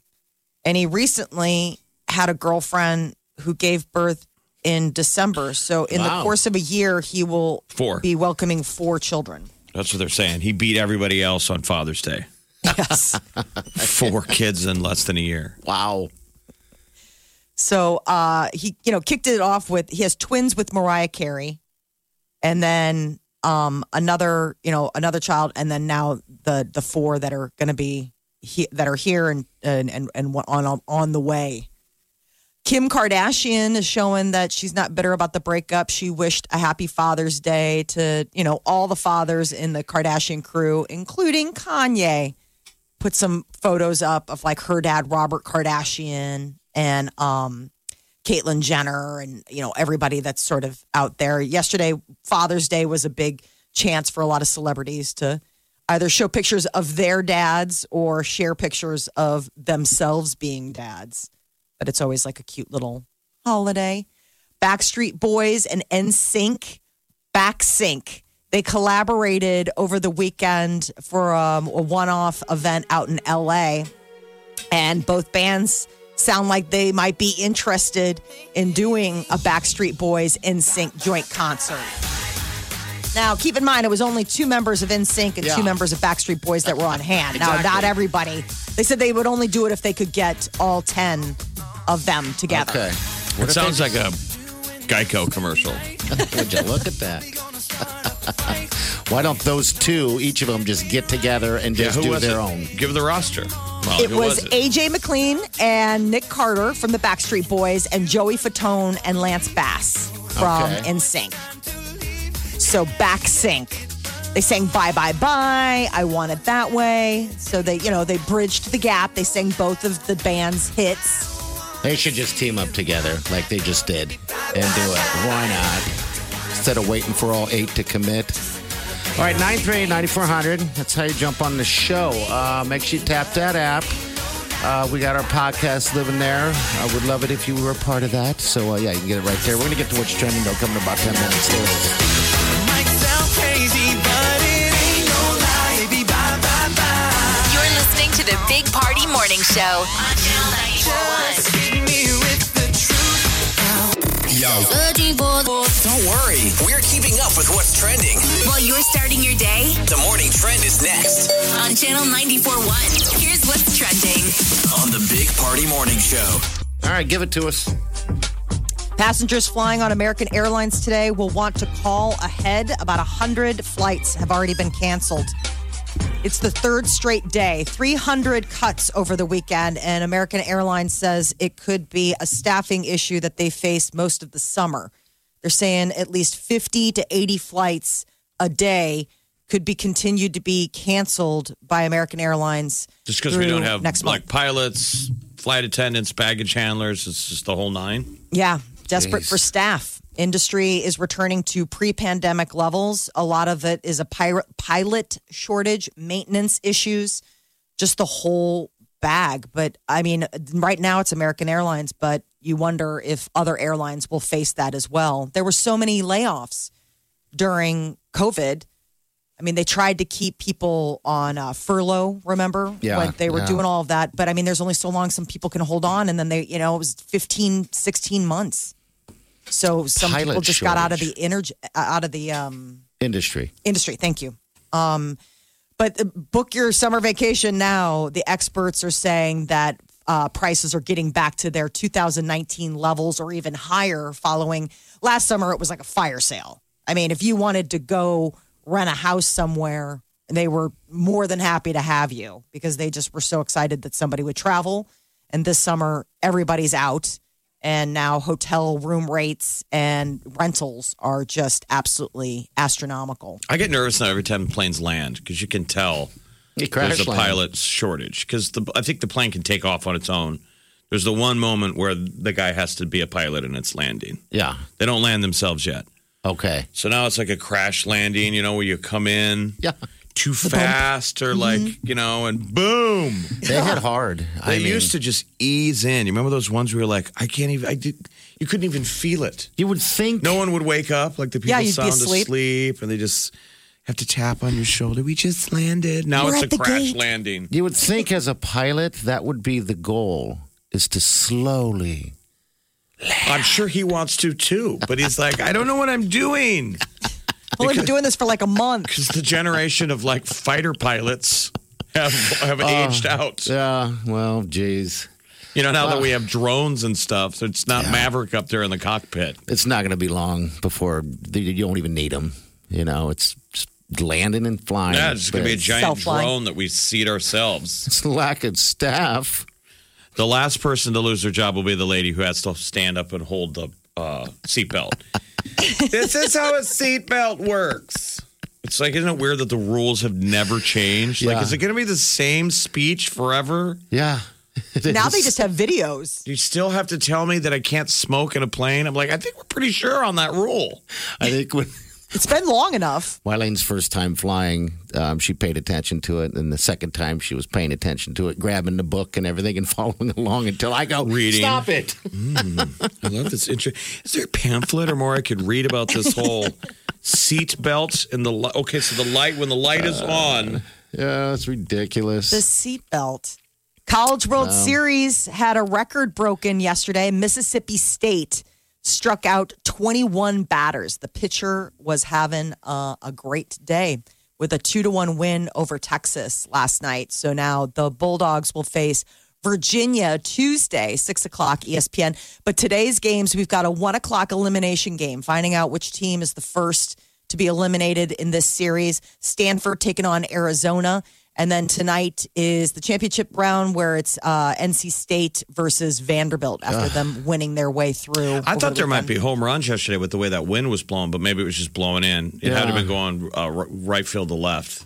And he recently had a girlfriend who gave birth in December. So in the Wow. course of a year, he will Four. be welcoming four children. That's what they're saying. He beat everybody else on Father's Day. Yes. Four kids in less than a year. Wow. So uh, he, you know, kicked it off with he has twins with Mariah Carey, and then um, another, you know, another child, and then now the the four that are going to be he, that are here and and and, and what- on on the way. Kim Kardashian is showing that she's not bitter about the breakup. She wished a happy Father's Day to you know all the fathers in the Kardashian crew, including Kanye put some photos up of like her dad Robert Kardashian and um Caitlyn Jenner and you know everybody that's sort of out there. Yesterday Father's Day was a big chance for a lot of celebrities to either show pictures of their dads or share pictures of themselves being dads. But it's always like a cute little holiday. Backstreet Boys and NSYNC Backsync. They collaborated over the weekend for um, a one off event out in LA. And both bands sound like they might be interested in doing a Backstreet Boys NSYNC joint concert. Now, keep in mind, it was only two members of NSYNC and two Yeah. members of Backstreet Boys that were on hand. Now, not everybody. They said they would only do it if they could get all 10 of them together. Okay. It sounds like a Geico commercial. Would you look at that? Why don't those two, each of them, just get together and just do was their it? own? Give the roster. Molly, It who was, it? AJ McLean and Nick Carter from the Backstreet Boys and Joey Fatone and Lance Bass from Okay. NSYNC. So back sync. They sang Bye Bye Bye, I Want It That Way. So they, you know, they bridged the gap. They sang both of the band's hits. They should just team up together like they just did and do it. Why not? Instead of waiting for all eight to commit. All right, 938 9400. That's how you jump on the show. Uh, make sure you tap that app. Uh, we got our podcast living there. I would love it if you were a part of that. So, uh, yeah, you can get it right there. We're going to get to what's trending, though, coming in about 10 minutes. Stay with us. Might sound crazy, but it ain't no lie. Baby, bye, bye, bye. You're listening to the Big Party Morning Show on Channel 941. Hit me with the truth. Don't worry, we're keeping up with what's trending. While you're starting your day The morning trend is next on Channel 94.1, here's what's trending. on the Big Party Morning Show. All right, give it to us. Passengers flying on American Airlines today will want to call ahead. About 100 flights have already been canceled. It's the third straight day, 300 cuts over the weekend, and American Airlines says it could be a staffing issue that they face most of the summer. They're saying at least 50 to 80 flights a day could be continued to be canceled by American Airlines. Just because we don't through have next month. like pilots, flight attendants, baggage handlers, it's just the whole nine. Yeah, desperate for staff. Industry is returning to pre pandemic levels. A lot of it is a pirate, pilot shortage, maintenance issues, just the whole bag. But I mean, right now it's American Airlines, but you wonder if other airlines will face that as well. There were so many layoffs during COVID. I mean, they tried to keep people on uh, furlough. Remember Yeah, when they were yeah. doing all of that? But I mean, there's only so long some people can hold on, and then they, you know, it was 15, 16 months. So some Pilot people just got out of the shortage. energy, uh, out of the um, Industry. industry. Thank you. Um, but uh, book your summer vacation now. The experts are saying that uh, prices are getting back to their 2019 levels or even higher following last summer. It was like a fire sale. I mean, if you wanted to go rent a house somewhere, they were more than happy to have you because they just were so excited that somebody would travel. And this summer, everybody's out. And now hotel room rates and rentals are just absolutely astronomical. I get nervous now every time planes land because you can tell He there's crashed a pilot shortage because I think the plane can take off on its own. There's the one moment where the guy has to be a pilot and it's landing. Yeah. They don't land themselves yet. Okay. So now it's like a crash landing, you know, where you come in Yeah. too fast Mm-hmm. or like, you know, and boom. They hit hard. They I mean, used to just ease in. You remember those ones where you're like, I can't even, I did, you couldn't even feel it. You would think. No one would wake up. Like the people Yeah, you'd be sound asleep. and they just have to tap on your shoulder. We just landed. Now We're it's at a the crash gate. landing. You would think as a pilot that would be the goal is to slowly. I'm sure he wants to too, but he's like, I don't know what I'm doing. Well, they've been doing this for like a month. Because the generation of like fighter pilots have, have aged out. Uh, Yeah. Uh. Well, geez, You know, now that we have drones and stuff, so it's not Maverick up there in the cockpit. it's not going to be long before the, you don't even need them. You know, it's just landing and flying. Yeah, it's going to be a giant Self-flying. drone that we seat ourselves. It's lack of staff. The last person to lose their job will be the lady who has to stand up and hold the uh, seatbelt. this is how a seatbelt works. It's like, isn't it weird that the rules have never changed? Like, Yeah. is it going to be the same speech forever? Yeah. It Now is. they just have videos. Do you still have to tell me that I can't smoke in a plane? I'm like, I think we're pretty sure on that rule. I think when It's been long enough. Wylene's first time flying, um, she paid attention to it, and the second time she was paying attention to it, grabbing the book and everything and following along until I go Reading. Stop it! I love this. Intro. Is there a pamphlet or more I could read about this whole seat belt and the li- okay? So the light when the light is on, Yeah, it's ridiculous. The seatbelt. College World Series had a record broken yesterday. Mississippi State struck out 21 batters. The pitcher was having uh, a great day with a two to one win over Texas last night. So now the Bulldogs will face Virginia Tuesday, six o'clock E ESPN. But today's games, we've got a one o'clock elimination game, finding out which team is the first to be eliminated in this series. Stanford taking on Arizona. And then tonight is the championship round where it's uh, NC State versus Vanderbilt after them winning their way through. I over thought the there might weekend. be home runs yesterday with the way that wind was blowing, but maybe it was just blowing in. It had to Yeah. been going uh, r- right field to left.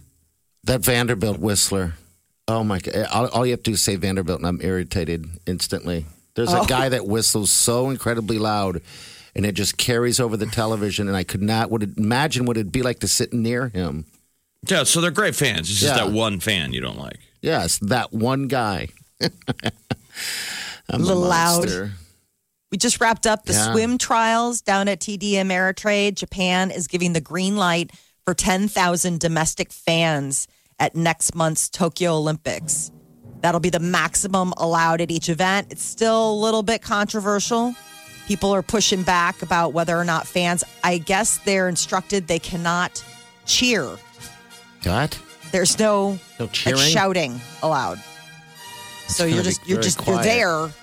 That Vanderbilt whistler. Oh my god! All, all you have to do is say Vanderbilt, and I'm irritated instantly. There's a guy that whistles so incredibly loud, and it just carries over the television. And I could not would imagine what it'd be like to sit near him. Yeah, so they're great fans. It's just Yeah. that one fan you don't like. Yes, that one guy. I'm Little loud. monster. We just wrapped up the Yeah. swim trials down at TD Ameritrade. Japan is giving the green light for 10,000 domestic fans at next month's Tokyo Olympics. That'll be the maximum allowed at each event. It's still a little bit controversial. People are pushing back about whether or not fans, I guess they're instructed they cannot cheer. God, There's no No like, cheering? shouting allowed. So gotta you're be just you're very just quiet. you're there,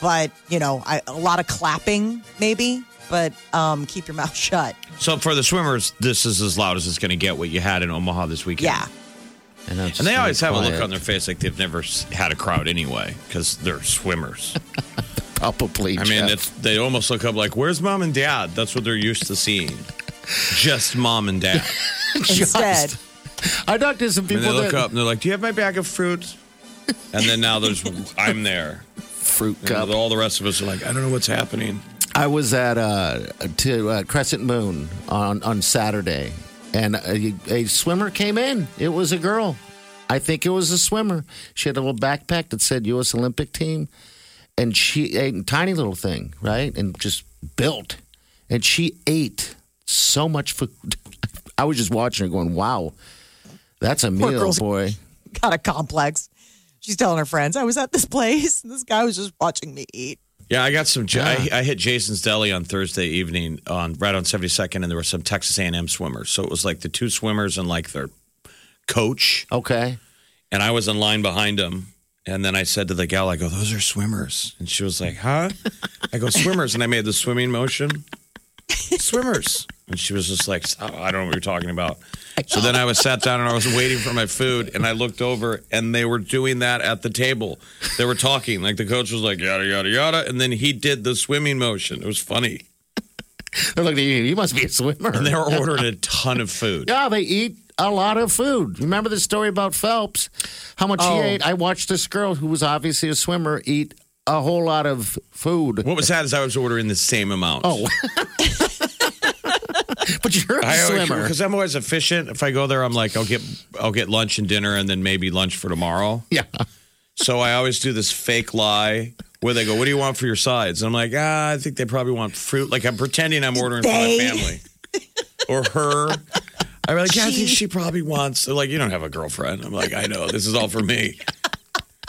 but you know I, a lot of clapping maybe, but um, keep your mouth shut. So for the swimmers, this is as loud as it's going to get. What you had in Omaha this weekend. Yeah, and, I'm And they just always have a look quiet. on their face like they've never s- had a crowd anyway because they're swimmers. probably. I mean, Jeff. it's, they almost look up like, "Where's mom and dad?" That's what they're used to seeing. Just mom and dad. instead I talked to some And people they look that up and they're like, "Do you have my bag of fruit?" And then now there's I'm there. fruit And cup. all the rest of us are like, "I don't know what's happening." I was at uh, to uh, Crescent Moon on on Saturday, and a, a swimmer came in. It was a girl. I think it was a swimmer. She had a little backpack that said U.S. Olympic team, and she ate a tiny little thing, right, and just built, and she ate so much food. I was just watching her, going, "Wow, that's a Poor meal, girl's- boy." got a complex. She's telling her friends, "I was at this place, and this guy was just watching me eat." Yeah, I got some. I, I hit Jason's Deli on Thursday evening on right on seventy second, and there were some Texas A and M swimmers. So it was like the two swimmers and like their coach, Okay, and I was in line behind them. And then I said to the gal, "I go, those are swimmers," and she was like, "Huh?" I go, "Swimmers," and I made the swimming motion, swimmers, and she was just like, "I don't know what you're talking about." So then I was sat down and I was waiting for my food, and I looked over, and they were doing that at the table. They were talking, like the coach was like, "Yada yada yada," and then he did the swimming motion. It was funny, they're looking at you. You must be a swimmer. and they were ordering a ton of food. Yeah, they eat a lot of food. Remember the story about Phelps? How much Oh. he ate? I watched this girl who was obviously a swimmer eat a whole lot of food. What was that? Is I was ordering the same amount. Oh. but you're a I always swimmer. because I'm always efficient. If I go there, I'm like, I'll get I'll get lunch and dinner, and then maybe lunch for tomorrow. Yeah. So I always do this fake lie where they go, "What do you want for your sides?" And I'm like, "Ah, I think they probably want fruit." Like I'm pretending I'm ordering for my family or her. I'm like, "Yeah, I think she probably wants." They're like, "You don't have a girlfriend." I'm like, "I know. This is all for me."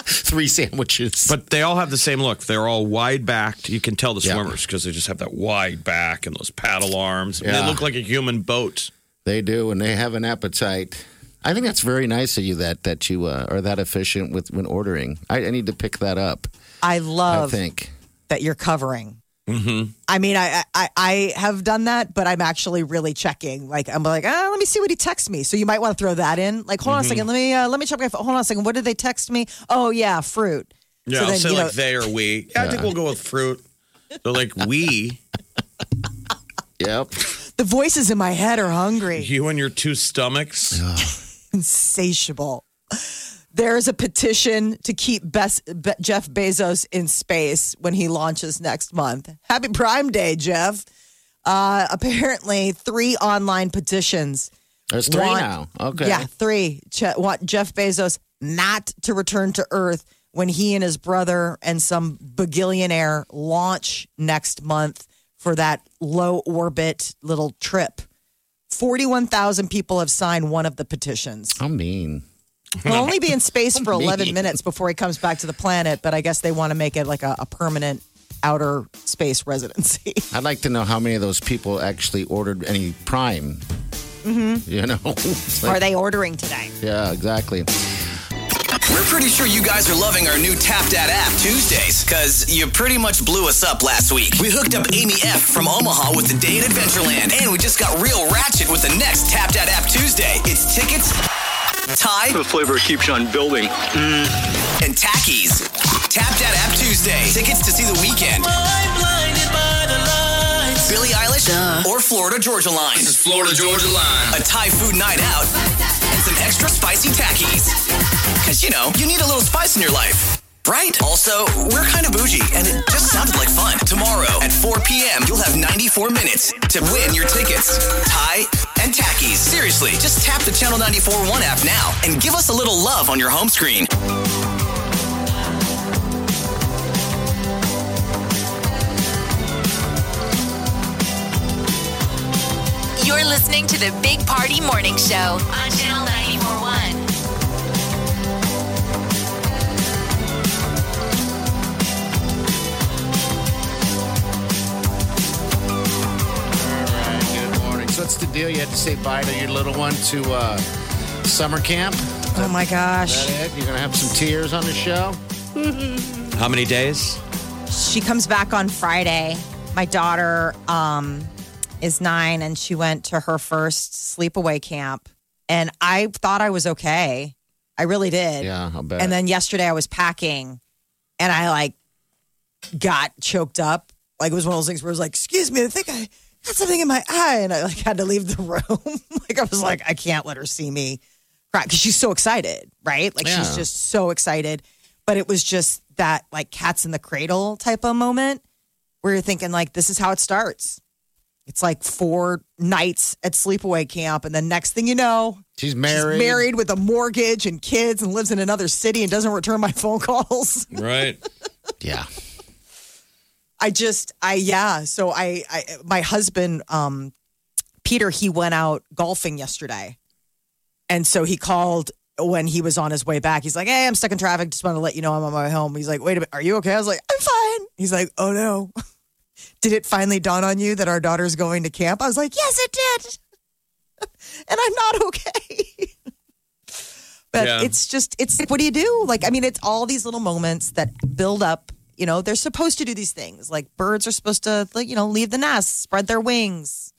Three sandwiches. But they all have the same look. They're all wide backed. You can tell the Yeah. swimmers because they just have that wide back and those paddle arms. I mean, Yeah. They look like a human boat. they do, and they have an appetite. I think that's very nice of you that that you uh, are that efficient with when ordering. I, I need to pick that up. I I love think. that you're covering. Mm-hmm. I mean, I, I I have done that, but I'm actually really checking. Like, I'm like, ah, let me see what he texts me. So you might want to throw that in. Like, hold on Mm-hmm. a second, let me uh, let me check my phone. Hold on a second, what did they text me? Oh yeah, fruit. Yeah, so I'll then say you know, like they or we. Yeah, I think we'll go with fruit. They're like we. Yep. the voices in my head are hungry, You and your two stomachs. insatiable. There is a petition to keep Bes- Be- Jeff Bezos in space when he launches next month. Happy Prime Day, Jeff. Uh, apparently, three online petitions. There's three want- now. Okay. Yeah, three. Che- want Jeff Bezos not to return to Earth when he and his brother and some bagillionaire launch next month for that low orbit little trip. 41,000 people have signed one of the petitions. I mean. He'll only be in space for 11 mean. minutes before he comes back to the planet, but I guess they want to make it like a, a permanent outer space residency. I'd like to know how many of those people actually ordered any Prime. Mm-hmm. You know? It's like- Are they ordering today? yeah, exactly. We're pretty sure you guys are loving our new Tap Dat app Tuesdays, because you pretty much blew us up last week. We hooked up Amy F. from Omaha with the day in Adventureland, and we just got real ratchet with the next Tap Dat app Tuesday. It's tickets, tie, The flavor keeps on building. Mm. and tackies. Tap Dat app Tuesday. Tickets to see the weekend. Billie Eilish or Florida Georgia Line. This is Florida Georgia Line. A Thai food night out and some extra spicy tackies. Cause you know, you need a little spice in your life. Right? Also, we're kind of bougie, and it just sounded like fun. Tomorrow at 4 p.m., you'll have 94 minutes to win your tickets, tie, and tackies. Seriously, just tap the Channel 94.1 app now and give us a little love on your home screen. You're listening to the Big Party Morning Show on Channel 941. what's the deal? You had to say bye to your little one to uh, summer camp. Is Oh my that gosh. it? You're gonna have some tears on the show. How many days? She comes back on Friday. My daughter um, is nine and she went to her first sleepaway camp. And I thought I was okay. I really did. Yeah, I'll bet. And then yesterday I was packing and I like got choked up. Like it was one of those things where I was like, excuse me, I think I got something in my eye. And I like had to leave the room. like I was like, I can't let her see me cry because she's so excited, right? Like she's Yeah. just so excited. But it was just that like cats in the cradle type of moment where you're thinking like, this is how it starts. It's like four nights at sleepaway camp. And then next thing you know, she's She's married. married with a mortgage and kids and lives in another city and doesn't return my phone calls. Right. Yeah. I just, I, yeah. So I, I my husband, um, Peter, he went out golfing yesterday. And so he called when he was on his way back. He's like, Hey, I'm stuck in traffic. Just want to let you know I'm on my way home. He's like, Wait a minute. Are you okay? I was like, I'm fine. He's like, Oh no. Did it finally dawn on you that our daughter's going to camp? I was like, Yes, it did. and I'm not okay. but Yeah. it's just, it's what do you do? Like, I mean, it's all these little moments that build up. You know, they're supposed to do these things. Like birds are supposed to, like, you know, leave the nest, spread their wings.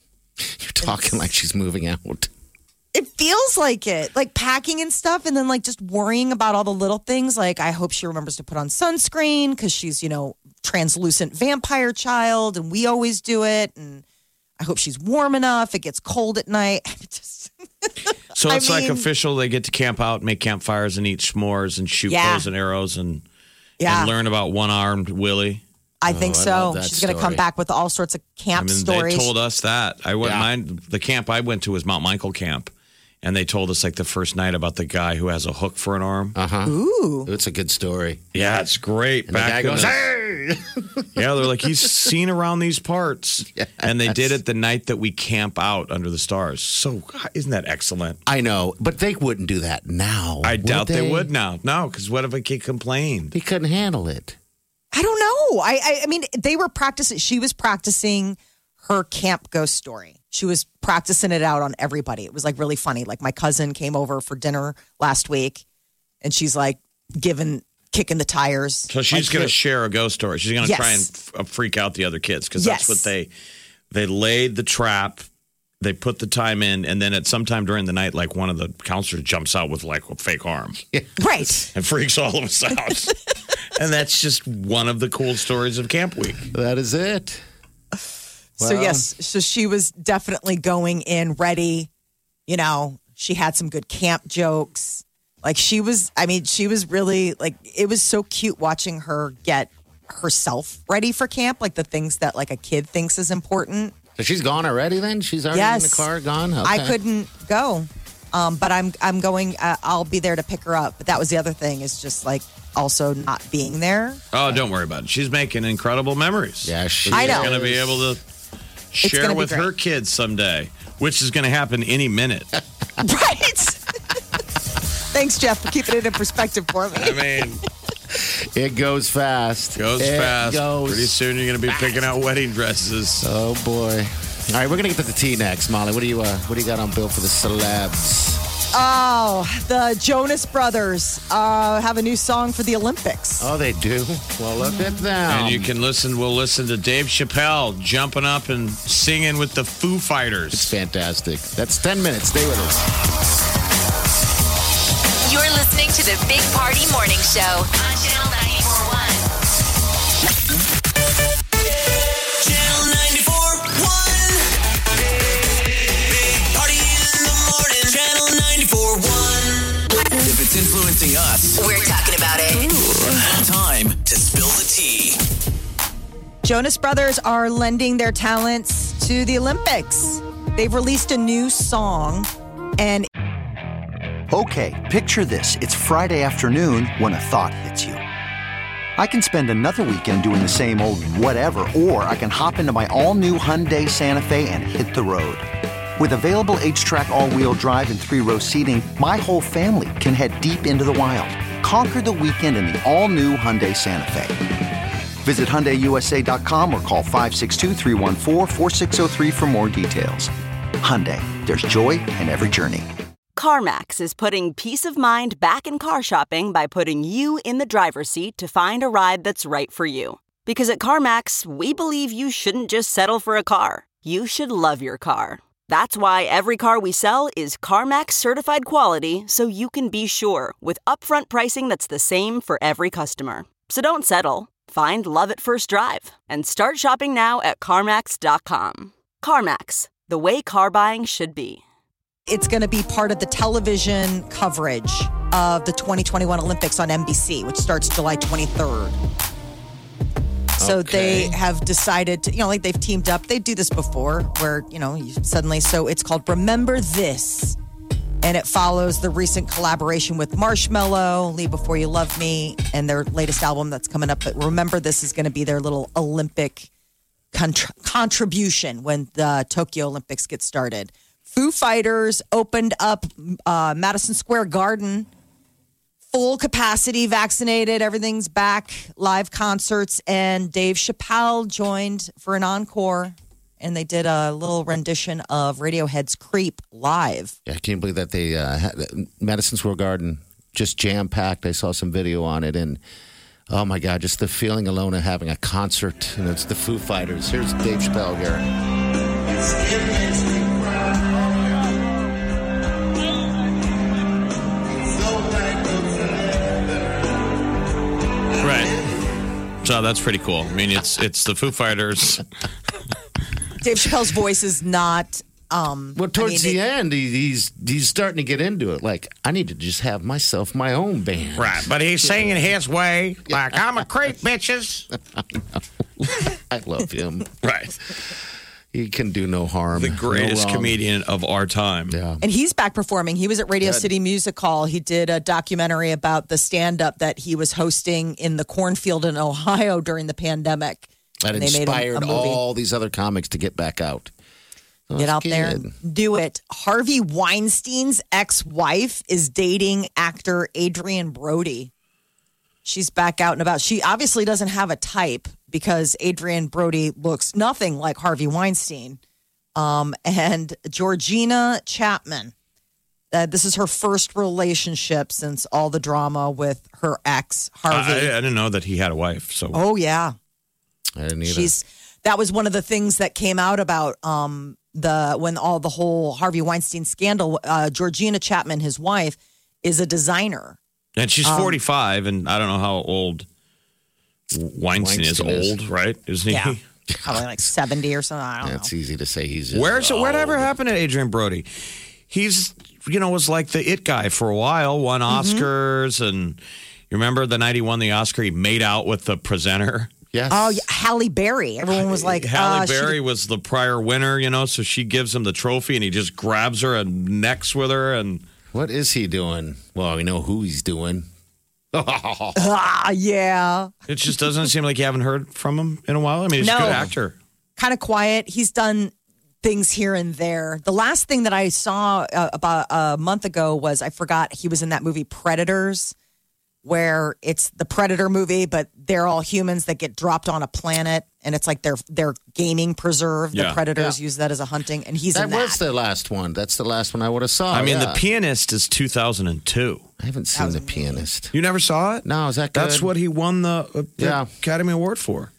You're talking like she's moving out. It feels like it, like packing and stuff, and then like just worrying about all the little things. Like, I hope she remembers to put on sunscreen because she's, you know, translucent vampire child, and we always do it. And I hope she's warm enough. It gets cold at night. It just, So I it's like mean- official. They get to camp out, make campfires, and eat s'mores, and shoot Yeah. bows and arrows, and, yeah, and learn about one armed Willie. I think Oh, I so. love that she's going to come story. back with all sorts of I camp mean, stories. they told us that. I went Yeah. mine. The camp I went to was Mount Michael camp, and they told us like the first night about the guy who has a hook for an arm. Uh huh. Ooh, It's a good story. yeah, it's great. And the guy in goes, Uh-huh. the- "Hey!" yeah, they're like he's seen around these parts, and they did it the night that we camp out under the stars. So isn't that excellent? I know, but they wouldn't do that now. I would doubt they? would now. No, because what if a kid complained? They couldn't handle it. I don't know. I, I, I mean, they were practicing. She was practicing her camp ghost story. She was practicing it out on everybody. It was like really funny. Like my cousin came over for dinner last week, and she's like giving kicking the tires. So she's going to share a ghost story. She's going to Yes. try and f- uh, freak out the other kids because Yes. that's what they they laid the trap. They put the time in, and then at some time during the night, like one of the counselors jumps out with like a fake arm Right. and freaks all of us out. and that's just one of the cool stories of camp week. That is it. So Wow. yes, so she was definitely going in ready. You know, she had some good camp jokes. Like she was, I mean, she was really like it was so cute watching her get herself ready for camp, like the things that like a kid thinks is important. So she's gone already. Then she's already in the Yes. car. Gone. I Okay. couldn't go, um, but I'm I'm going. Uh, I'll be there to pick her up. But that was the other thing is just like also not being there. Oh, don't worry about it. She's making incredible memories. Yeah, she I She's know. going to be able to gonna share be with her great. kids someday, which is going to happen any minute. Right. Thanks, Jeff, for keeping it in perspective for me. I mean. It goes fast. Goes It fast. Goes. Pretty soon you're going to be picking out wedding dresses. Oh boy. All right, we're gonna get to the tea next, Molly. What do you uh, What do you got on bill for the celebs? Oh, the Jonas Brothers uh, have a new song for the Olympics. Oh, they do. Well, look at them. Mm. and you can listen. We'll listen to Dave Chappelle jumping up and singing with the Foo Fighters. Fantastic. That's ten minutes. Stay with us. You're listening to the Big Party Morning Show on Channel 941. Channel 94.1. Big party in the morning. Channel 94.1. If it's influencing us, We're talking about it. time to spill the tea. Jonas Brothers are lending their talents to the Olympics. They've released a new song, and Okay, picture this. It's Friday afternoon when a thought hits you. I can spend another weekend doing the same old whatever, or I can hop into my all new Hyundai Santa Fe and hit the road. With available H track, all wheel drive, and three row seating, my whole family can head deep into the wild. Conquer the weekend in the all new Hyundai Santa Fe. Visit HyundaiUSA.com or call 562 314 4603 for more details. Hyundai, there's joy in every journey. CarMax is putting peace of mind back in car shopping by putting you in the driver's seat to find a ride that's right for you. Because at CarMax, we believe you shouldn't just settle for a car, you should love your car. That's why every car we sell is CarMax certified quality so you can be sure with upfront pricing that's the same for every customer. So don't settle. Find love at first drive and start shopping now at CarMax.com. CarMax, the way car buying should be. It's going to be part of the television coverage of the 2021 Olympics on NBC, which starts July 23rd. So they have decided to, you know, like they've teamed up. They do this before where, you know, you suddenly, so it's called Remember This. And it follows the recent collaboration with Marshmello, Leave Before You Love Me, and their latest album that's coming up. But Remember This is going to be their little Olympic contr contribution when the Tokyo Olympics get started. Foo Fighters opened up uh, Madison Square Garden full capacity, vaccinated, everything's back, live concerts, and Dave Chappelle joined for an encore. And they did a little rendition of Radiohead's Creep live. Yeah, I can't believe that they uh, had Madison Square Garden just jam packed. I saw some video on it, and oh my god, just the feeling alone of having a concert. And it's the Foo Fighters. Here's Dave Chappelle here. Right. So that's pretty cool. I mean, it's it's the Foo Fighters. Dave Chappelle's voice is not. Um, Well, towards I mean, the end, he, he's he's starting to get into it. Like I need to just have myself my own band. Right. But he's singing his way, like, I'm a creep, bitches. I love him. Right. he can do no harm. The greatest no wrong. comedian of our time. Yeah. And he's back performing. He was at Radio City Music Hall. He did a documentary about the stand up that he was hosting in the cornfield in Ohio during the pandemic. That And they made a- a inspired movie. all these other comics to get back out. So Get it's out there good. and do it. Harvey Weinstein's ex wife is dating actor Adrian Brody. She's back out and about. She obviously doesn't have a type because Adrian Brody looks nothing like Harvey Weinstein. Um, and Georgina Chapman. Uh, this is her first relationship since all the drama with her ex, Oh, Harvey. I, I didn't know that he had a wife. So oh, yeah. I didn't either. She's that was one of the things that came out about um, the when all the whole Harvey Weinstein scandal. Uh, Georgina Chapman, his wife, is a designer. and she's Um, 45, and I don't know how old Weinstein, is. Weinstein is. Old, right? Isn't Yeah. he? Probably like seventy or something. I don't know. That's easy to say. He's just Where's whatever happened to Adrian Brody? He's you know was like the it guy for a while. Won Mm-hmm. Oscars and you remember the night he won the Oscar, he made out with the presenter. Yes. Oh, yeah, Halle Berry. Everyone was like, Halle uh, she- Berry was the prior winner, you know, so she gives him the trophy and he just grabs her and necks with her and What is he doing? Well, we know who he's doing. ah, yeah. it just doesn't seem like you haven't heard from him in a while. I mean, he's a No. good actor. kind of quiet. He's done things here and there. The last thing that I saw uh, about a month ago was I forgot he was in that movie Predators, where it's the Predator movie, but they're all humans that get dropped on a planet, and it's like their their gaming preserve. The Yeah. Predators use that as a hunting, and he's that in was that. the last one. That's the last one I would have Oh, saw. I mean, yeah. The Pianist is 2002. I haven't seen the pianist. You never saw it? No, is that good? That's what he won the, uh, the Yeah. Academy Award for.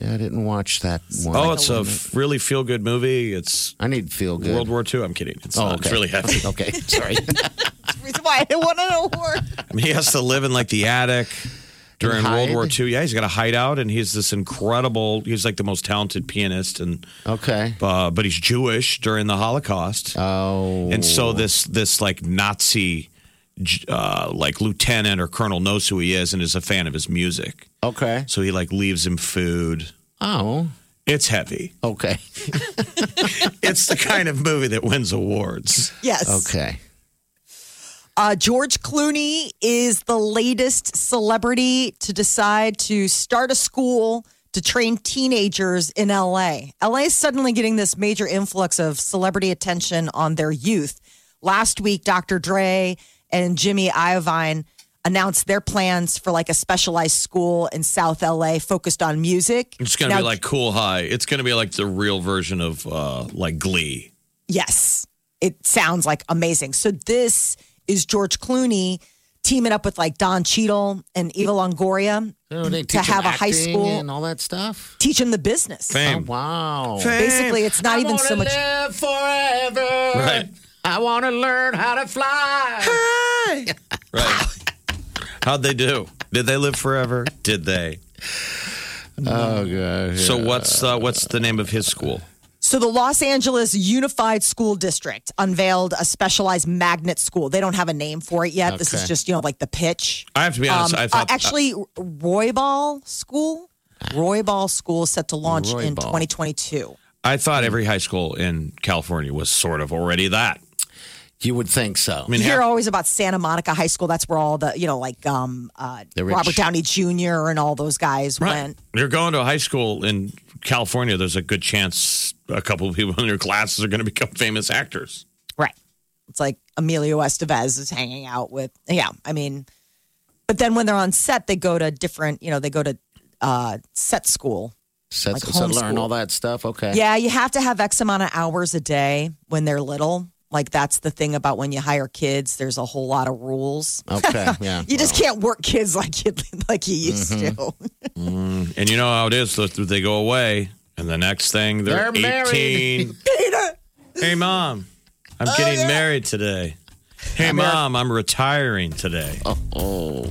Yeah, I didn't watch that one. Oh, it's a f- really feel good movie. It's I need feel good. World War II. I'm kidding. It's, Oh, not, okay. it's really heavy. Okay, sorry. That's why I won an award. I mean, he has to live in like the attic during And World hide? War II. Yeah, he's got a hideout, and he's this incredible. He's like the most talented pianist, and okay. uh, but he's Jewish during the Holocaust, Oh, and so this this like Nazi. j- Uh, like lieutenant or colonel knows who he is and is a fan of his music, okay. so he like leaves him food. Oh, It's heavy. okay, It's the kind of movie that wins awards. Yes. okay. Uh, George Clooney is the latest celebrity to decide to start a school to train teenagers in LA. LA is suddenly getting this major influx of celebrity attention on their youth. Last week, Dr. Dre and Jimmy Iovine announced their plans for like a specialized school in South LA focused on music. It's gonna Now, be like Cool High. It's gonna be like the real version of uh, like Glee. Yes, it sounds like amazing. So this is George Clooney teaming up with like Don Cheadle and Eva Longoria Oh, they to teach have a them high acting school and all that stuff. teach him the business. Oh, wow. Basically, it's not even so much. live forever. Right. I want to learn how to fly. Right. How'd they do? Did they live forever? Did they? Oh god. So what's uh, what's the name of his school? So the Los Angeles Unified School District unveiled a specialized magnet school. They don't have a name for it yet. This is Okay. just you know like the pitch. I have to be honest. Um, I thought uh, actually Roy Ball School. Roy Ball School set to launch Roy in Ball. 2022. I thought every high school in California was sort of already that. You would think so. I mean, you hear half- always about Santa Monica High School. That's where all the you know like um, uh, The rich- Robert Downey Jr. and all those guys went. You're going to a high school in California. There's a good chance a couple of people in your classes are going to become famous actors. Right. It's like Emilio Estevez is hanging out with. Yeah, I mean, but then when they're on set, they go to different. You know, they go to uh, set school. Sets like to learn homeschool. all that stuff. Okay. Yeah, you have to have X amount of hours a day when they're little. Like that's the thing about when you hire kids. There's a whole lot of rules. Okay. Yeah. You just can't work kids like you like you used Mm-hmm. to. And you know how it is. They- They go away, and the next thing they're, They're married. 18. Hey, mom, I'm getting married today. Hey, mom, Oh, I'm retiring today. Oh.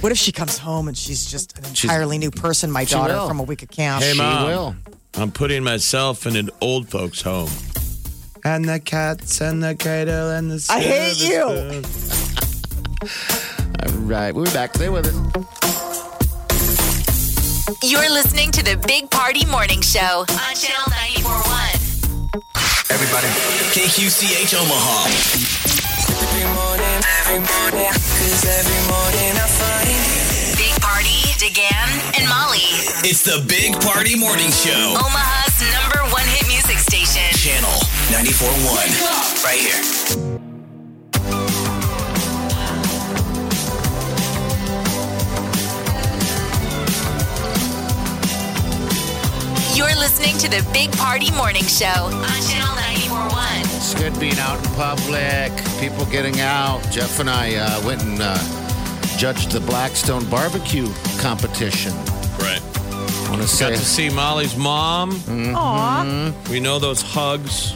What if she comes home and she's just an She's- entirely new person? My daughter will. from a week of camp. Hey, She Mom. will. I'm putting myself in an old folks' home. And the cats and the cradle and the. I hate you. All right. We'll be back. Stay with us. You're listening to the Big Party Morning Show on Channel 941. Everybody. KQCH Omaha. Big Party, DeGan, and Molly. It's the Big Party Morning Show. Oh. Omaha's number one hit music station. Channel 94.1. Right here. You're listening to the Big Party Morning Show on Channel 941. It's good being out in public, people getting out. Jeff and I uh, went and uh, judged the Blackstone barbecue competition. Right. Want to Got say to see Molly's mom. We know those hugs.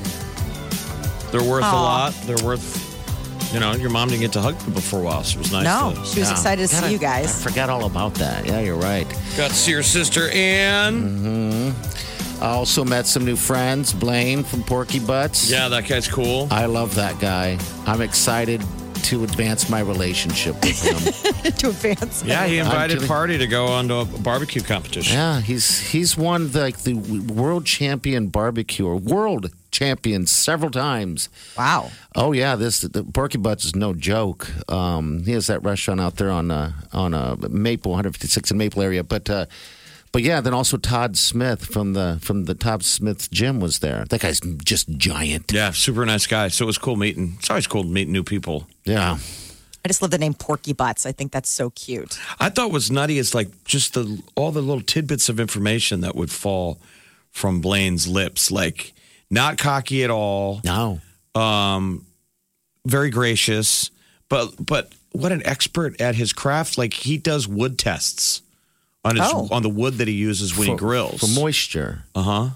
They're worth a lot. They're worth, you know, your mom didn't get to hug people for a while, so it was nice. No, To, she was Yeah. excited to God, see I- you guys. I forgot all about that. Yeah, you're right. got to see your sister Anne. I also met some new friends. Blaine from Porky Butts. Yeah, that guy's cool. I love that guy. I'm excited to advance my relationship with him. to advance. Yeah, he invited kidding. Party to go on to a barbecue competition. yeah, he's he's won the, like the world champion barbecue or world champion several times. Wow. Oh yeah, this the Porky Butts is no joke. Um, he has that restaurant out there on uh, on uh, Maple 156 in Maple area, but uh, but yeah, then also Todd Smith from the from the Todd Smith gym was there. That guy's just giant. Yeah, super nice guy. So it was cool meeting. It's always cool meeting new people. Yeah, I just love the name Porky Butts. I think that's so cute. I thought was nutty is like just the all the little tidbits of information that would fall from Blaine's lips, like not cocky at all, no, very gracious, but but what an expert at his craft! Like he does wood tests on his Oh. on the wood that he uses when he grills. for moisture. uh huh.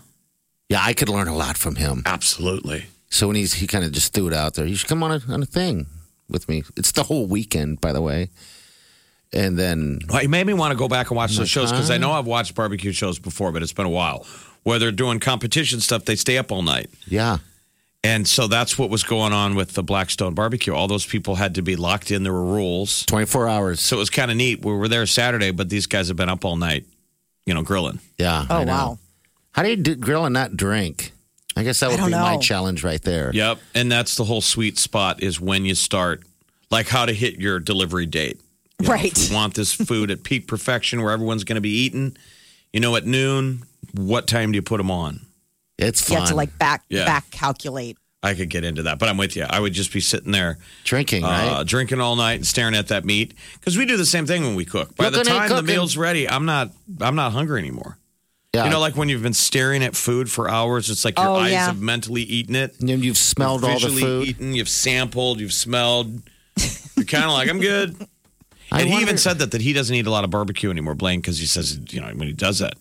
Yeah, I could learn a lot from him. Absolutely. So when he's he kind of just threw it out there. You should come on a, on a thing with me. It's the whole weekend, by the way. And then Well, it made me want to go back and watch those shows because I know I've watched barbecue shows before, but it's been a while. Where they're doing competition stuff, they stay up all night. yeah, And so that's what was going on with the Blackstone barbecue. All those people had to be locked in. There were rules. 24 hours. So it was kind of neat. We were there Saturday, but these guys have been up all night, you know, grilling. Yeah. Oh I know. wow. How do you do, grill and not drink? I guess that would don't be my know. challenge right there. Yep. And that's the whole sweet spot is when you start, like how to hit your delivery date. You know, if Right. you want this food at peak perfection where everyone's going to be eating, you know, at noon, what time do you put them on? It's You fun. have to like back Yeah. back calculate. I could get into that, but I'm with you. I would just be sitting there drinking, uh, right? drinking all night and staring at that meat because we do the same thing when we cook. By the Looking and time the cooking. meal's ready, I'm not I'm not hungry anymore. Yeah. You know, like when you've been staring at food for hours, it's like your Oh, eyes yeah. have mentally eaten it. And you've smelled all the visually food. Eaten, you've sampled, you've smelled. You're kind of like, I'm good. And I he even wonder- said that that he doesn't eat a lot of barbecue anymore, Blaine, because he says, you know, when he does that.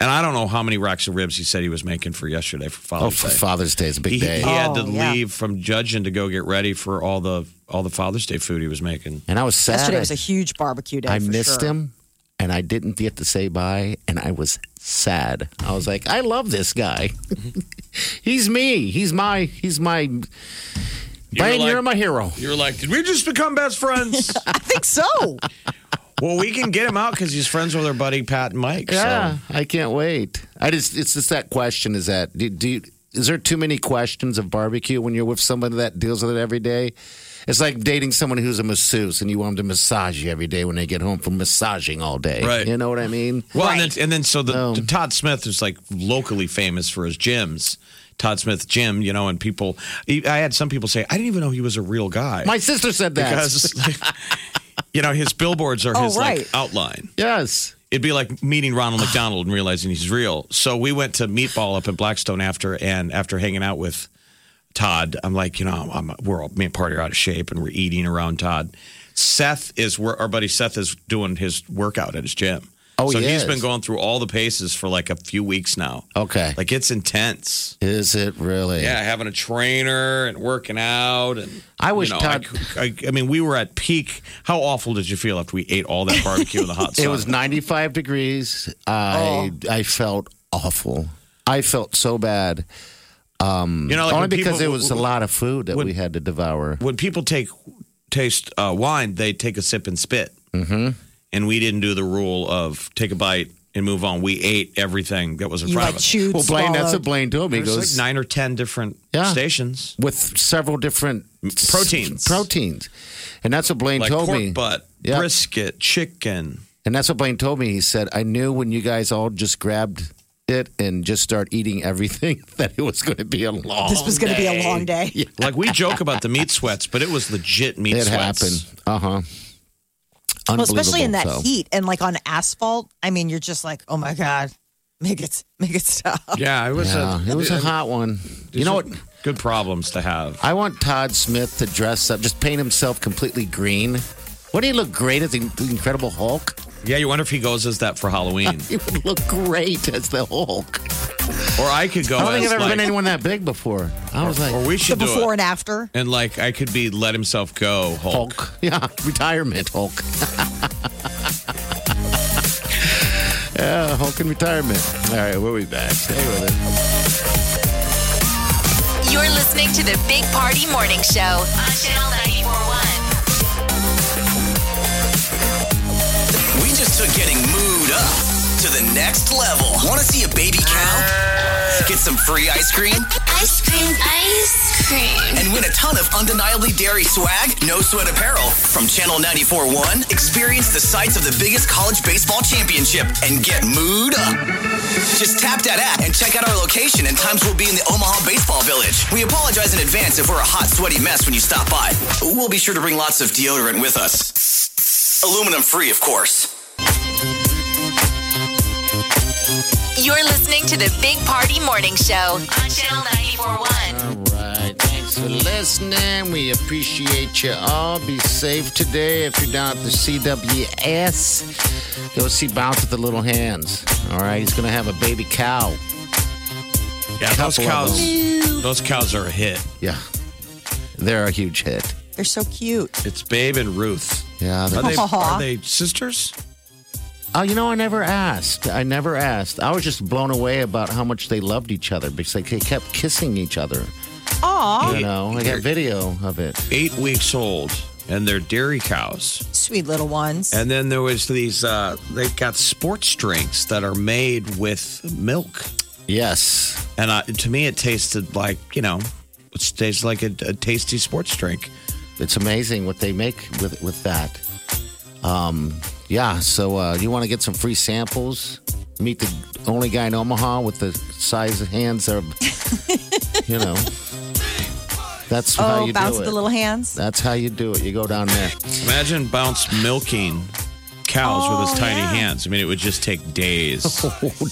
And I don't know how many racks of ribs he said he was making for yesterday for Oh, Father's for Day. Father's Day, it's a big he, day. he had to leave from judging to go get ready for all the all the Father's Day food he was making. And I was sad. Yesterday I- was a huge barbecue day. I for missed sure. him and I didn't get to say bye and I was sad. I was like, I love this guy. he's me. He's my he's my You were Blaine, like- you're my hero. You were like, did we just become best friends? I think so. well, we can get him out because he's friends with our buddy Pat and Mike. Yeah, So. I can't wait. I just it's just that question is that do, do you, is there too many questions of barbecue when you're with somebody that deals with it every day? It's like dating someone who's a masseuse and you want them to massage you every day when they get home from massaging all day. Right. You know what I mean? Well, and, then, and then so the, the Todd Smith is like locally famous for his gyms. Todd Smith gym, you know, and people. e, I had some people say, I didn't even know he was a real guy. My sister said that. because, like, you know, his billboards are Oh, his right. like outline. yes. It'd be like meeting Ronald McDonald and realizing he's real. So we went to Meatball up in Blackstone after, and after hanging out with Todd, I'm like, you know, I'm, I'm- we're all, me and party are out of shape, and we're eating around Todd. Seth is where our buddy Seth is doing his workout at his gym. Oh, so he he's is. been going through all the paces for like a few weeks now. Okay. Like it's intense. Is it really? Yeah, having a trainer and working out, and I wish you know, Todd- I, I- I mean, we were at peak. How awful did you feel after we ate all that barbecue in the hot sun? It was 95 degrees. Oh. I I felt awful. I felt so bad. Um, You know, like only when because people- it was a lot of food that when- we had to devour. when people take taste uh, wine, they take a sip and spit, hmm and we didn't do the rule of take a bite and move on. We ate everything that was in You front like of us. chewed, Well, Blaine, that's what swallowed. Blaine told me. He There's goes like nine or ten different Yeah. stations, with several different s- proteins. proteins, and that's what Blaine like told pork me. butt, Yeah. brisket, chicken. And that's what Blaine told me. He said, I knew when you guys all just grabbed it and just start eating everything that it was going to be a long This was going to be a long day. Like we joke about the meat sweats, but it was legit meat It sweats. happened. Uh huh. Well, especially in that so. heat and like on asphalt. I mean, you're just like, oh my god, make it, make it stop. Yeah, it was Yeah, a uh, it was a hot one. You know what? good problems to have. I want Todd Smith to dress up, just paint himself completely green. Wouldn't he look great as the, the Incredible Hulk? Yeah, you wonder if he goes as that for Halloween, He would look great as the Hulk. or I could go. I don't think as I've ever like, been anyone that big before. I was like, or we The should do before it. and after. And like I could be let himself go Hulk. Hulk. Yeah, retirement Hulk. yeah, Hulk in retirement. All right, we'll be back. Stay with it. You're listening to the Big Party Morning Show on Channel 941. We just took getting mooed up to the next level. Want to see a baby cow? Get some free ice cream? Ice cream, ice cream. And win a ton of undeniably dairy swag, no sweat apparel from Channel 94.1. Experience the sights of the biggest college baseball championship and get mooed up. Just tap that app and check out our location and times we'll be in the Omaha Baseball Village. We apologize in advance if we're a hot, sweaty mess when you stop by. We'll be sure to bring lots of deodorant with us. Aluminum free, of course. You're listening to the Big Party Morning Show on Channel 941. All right. Thanks for listening. We appreciate you all. Be safe today. If you're down at the CWS, go see Bounce with the Little Hands. All right. He's going to have a baby cow. Yeah, those Couple of cows. Those cows are a hit. Yeah. They're a huge hit. They're so cute. It's Babe and Ruth. Yeah. Are they're- they, are they sisters? Oh, you know, I never asked. I never asked. I was just blown away about how much they loved each other because they kept kissing each other. Aw, You know, I got video of it. Eight weeks old, and they're dairy cows. sweet little ones. And then there was these. Uh, they got sports drinks that are made with milk, Yes. and uh, to me, it tasted like you know, it tastes like a, a tasty sports drink. it's amazing what they make with with that. Um, yeah, so uh, you want to get some free samples? Meet the only guy in Omaha with the size of hands of, you know. That's how oh, you do bounce with it. the little hands. That's how you do it. You go down there. Imagine bounce milking cows with his Oh, tiny yeah. hands. I mean, it would just take days.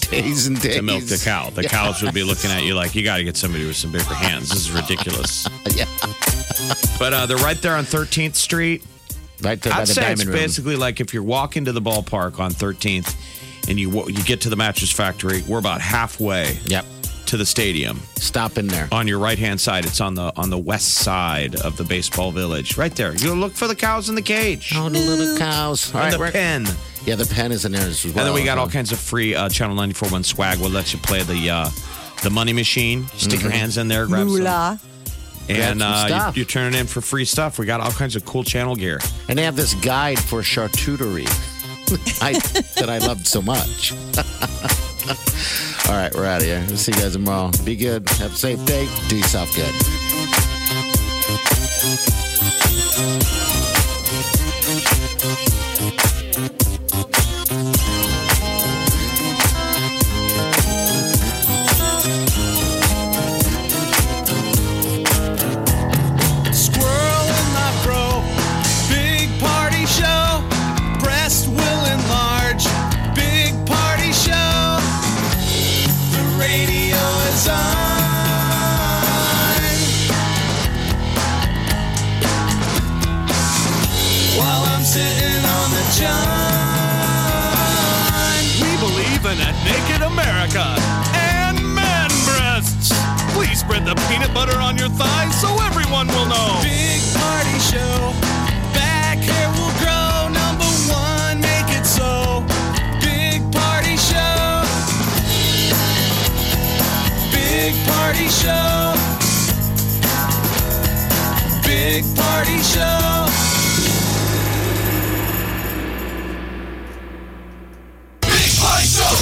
days and days. To milk the cow. The cows would be looking at you like, you got to get somebody with some bigger hands. This is ridiculous. yeah. But uh, they're right there on 13th Street. Right there by I'd the say diamond it's room. basically like if you're walking to the ballpark on 13th and you wa- you get to the mattress factory, we're about halfway. Yep. To the stadium. Stop in there. On your right hand side, it's on the on the west side of the baseball village. Right there. You look for the cows in the cage. Oh, the little cows. All And right, the we're- pen. Yeah, the pen is in there as well. um, and then we got all kinds of free uh, Channel 941 swag. We'll let you play the uh, the money machine. Stick your hands in there, grab Moolah. Mm-hmm. some, Grab and some uh, stuff. you, you're turning in for free stuff. We got all kinds of cool channel gear. And they have this guide for charcuterie I, that I loved so much. all right, we're out of here. We'll see you guys tomorrow. Be good. Have a safe day. Do yourself good. Squirrel in my bro. Big party show. Breast will enlarge. Big party show. The radio is on. While I'm sitting on the john. We believe in a naked America and man breasts. Please spread the peanut butter on your thighs so everyone will know. Big party show. Back hair will grow. Number one, make it so. Big party show. Big party show. Big party show. Big party show.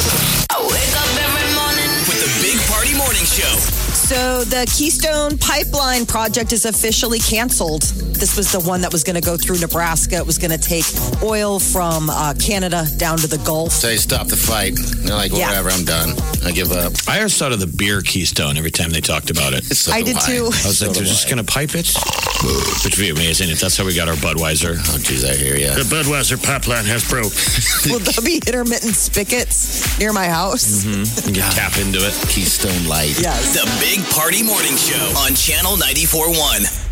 Wake up every morning. With the Big Party Morning Show. So the Keystone Pipeline project is officially canceled. This was the one that was going to go through Nebraska. It was going to take oil from uh, Canada down to the Gulf. Say stop the fight. They're like, Yeah. whatever, I'm done. I give up. I always thought of the beer Keystone every time they talked about it. So I do did too. I was like, they're just going to pipe it, which would be amazing if that's how we got our Budweiser. Oh, geez, I hear ya. Budweiser pipeline has broke. Will there be intermittent spigots near my house? You can tap into it. Keystone Light. Yes. The Big Party Morning Show on Channel 94.1.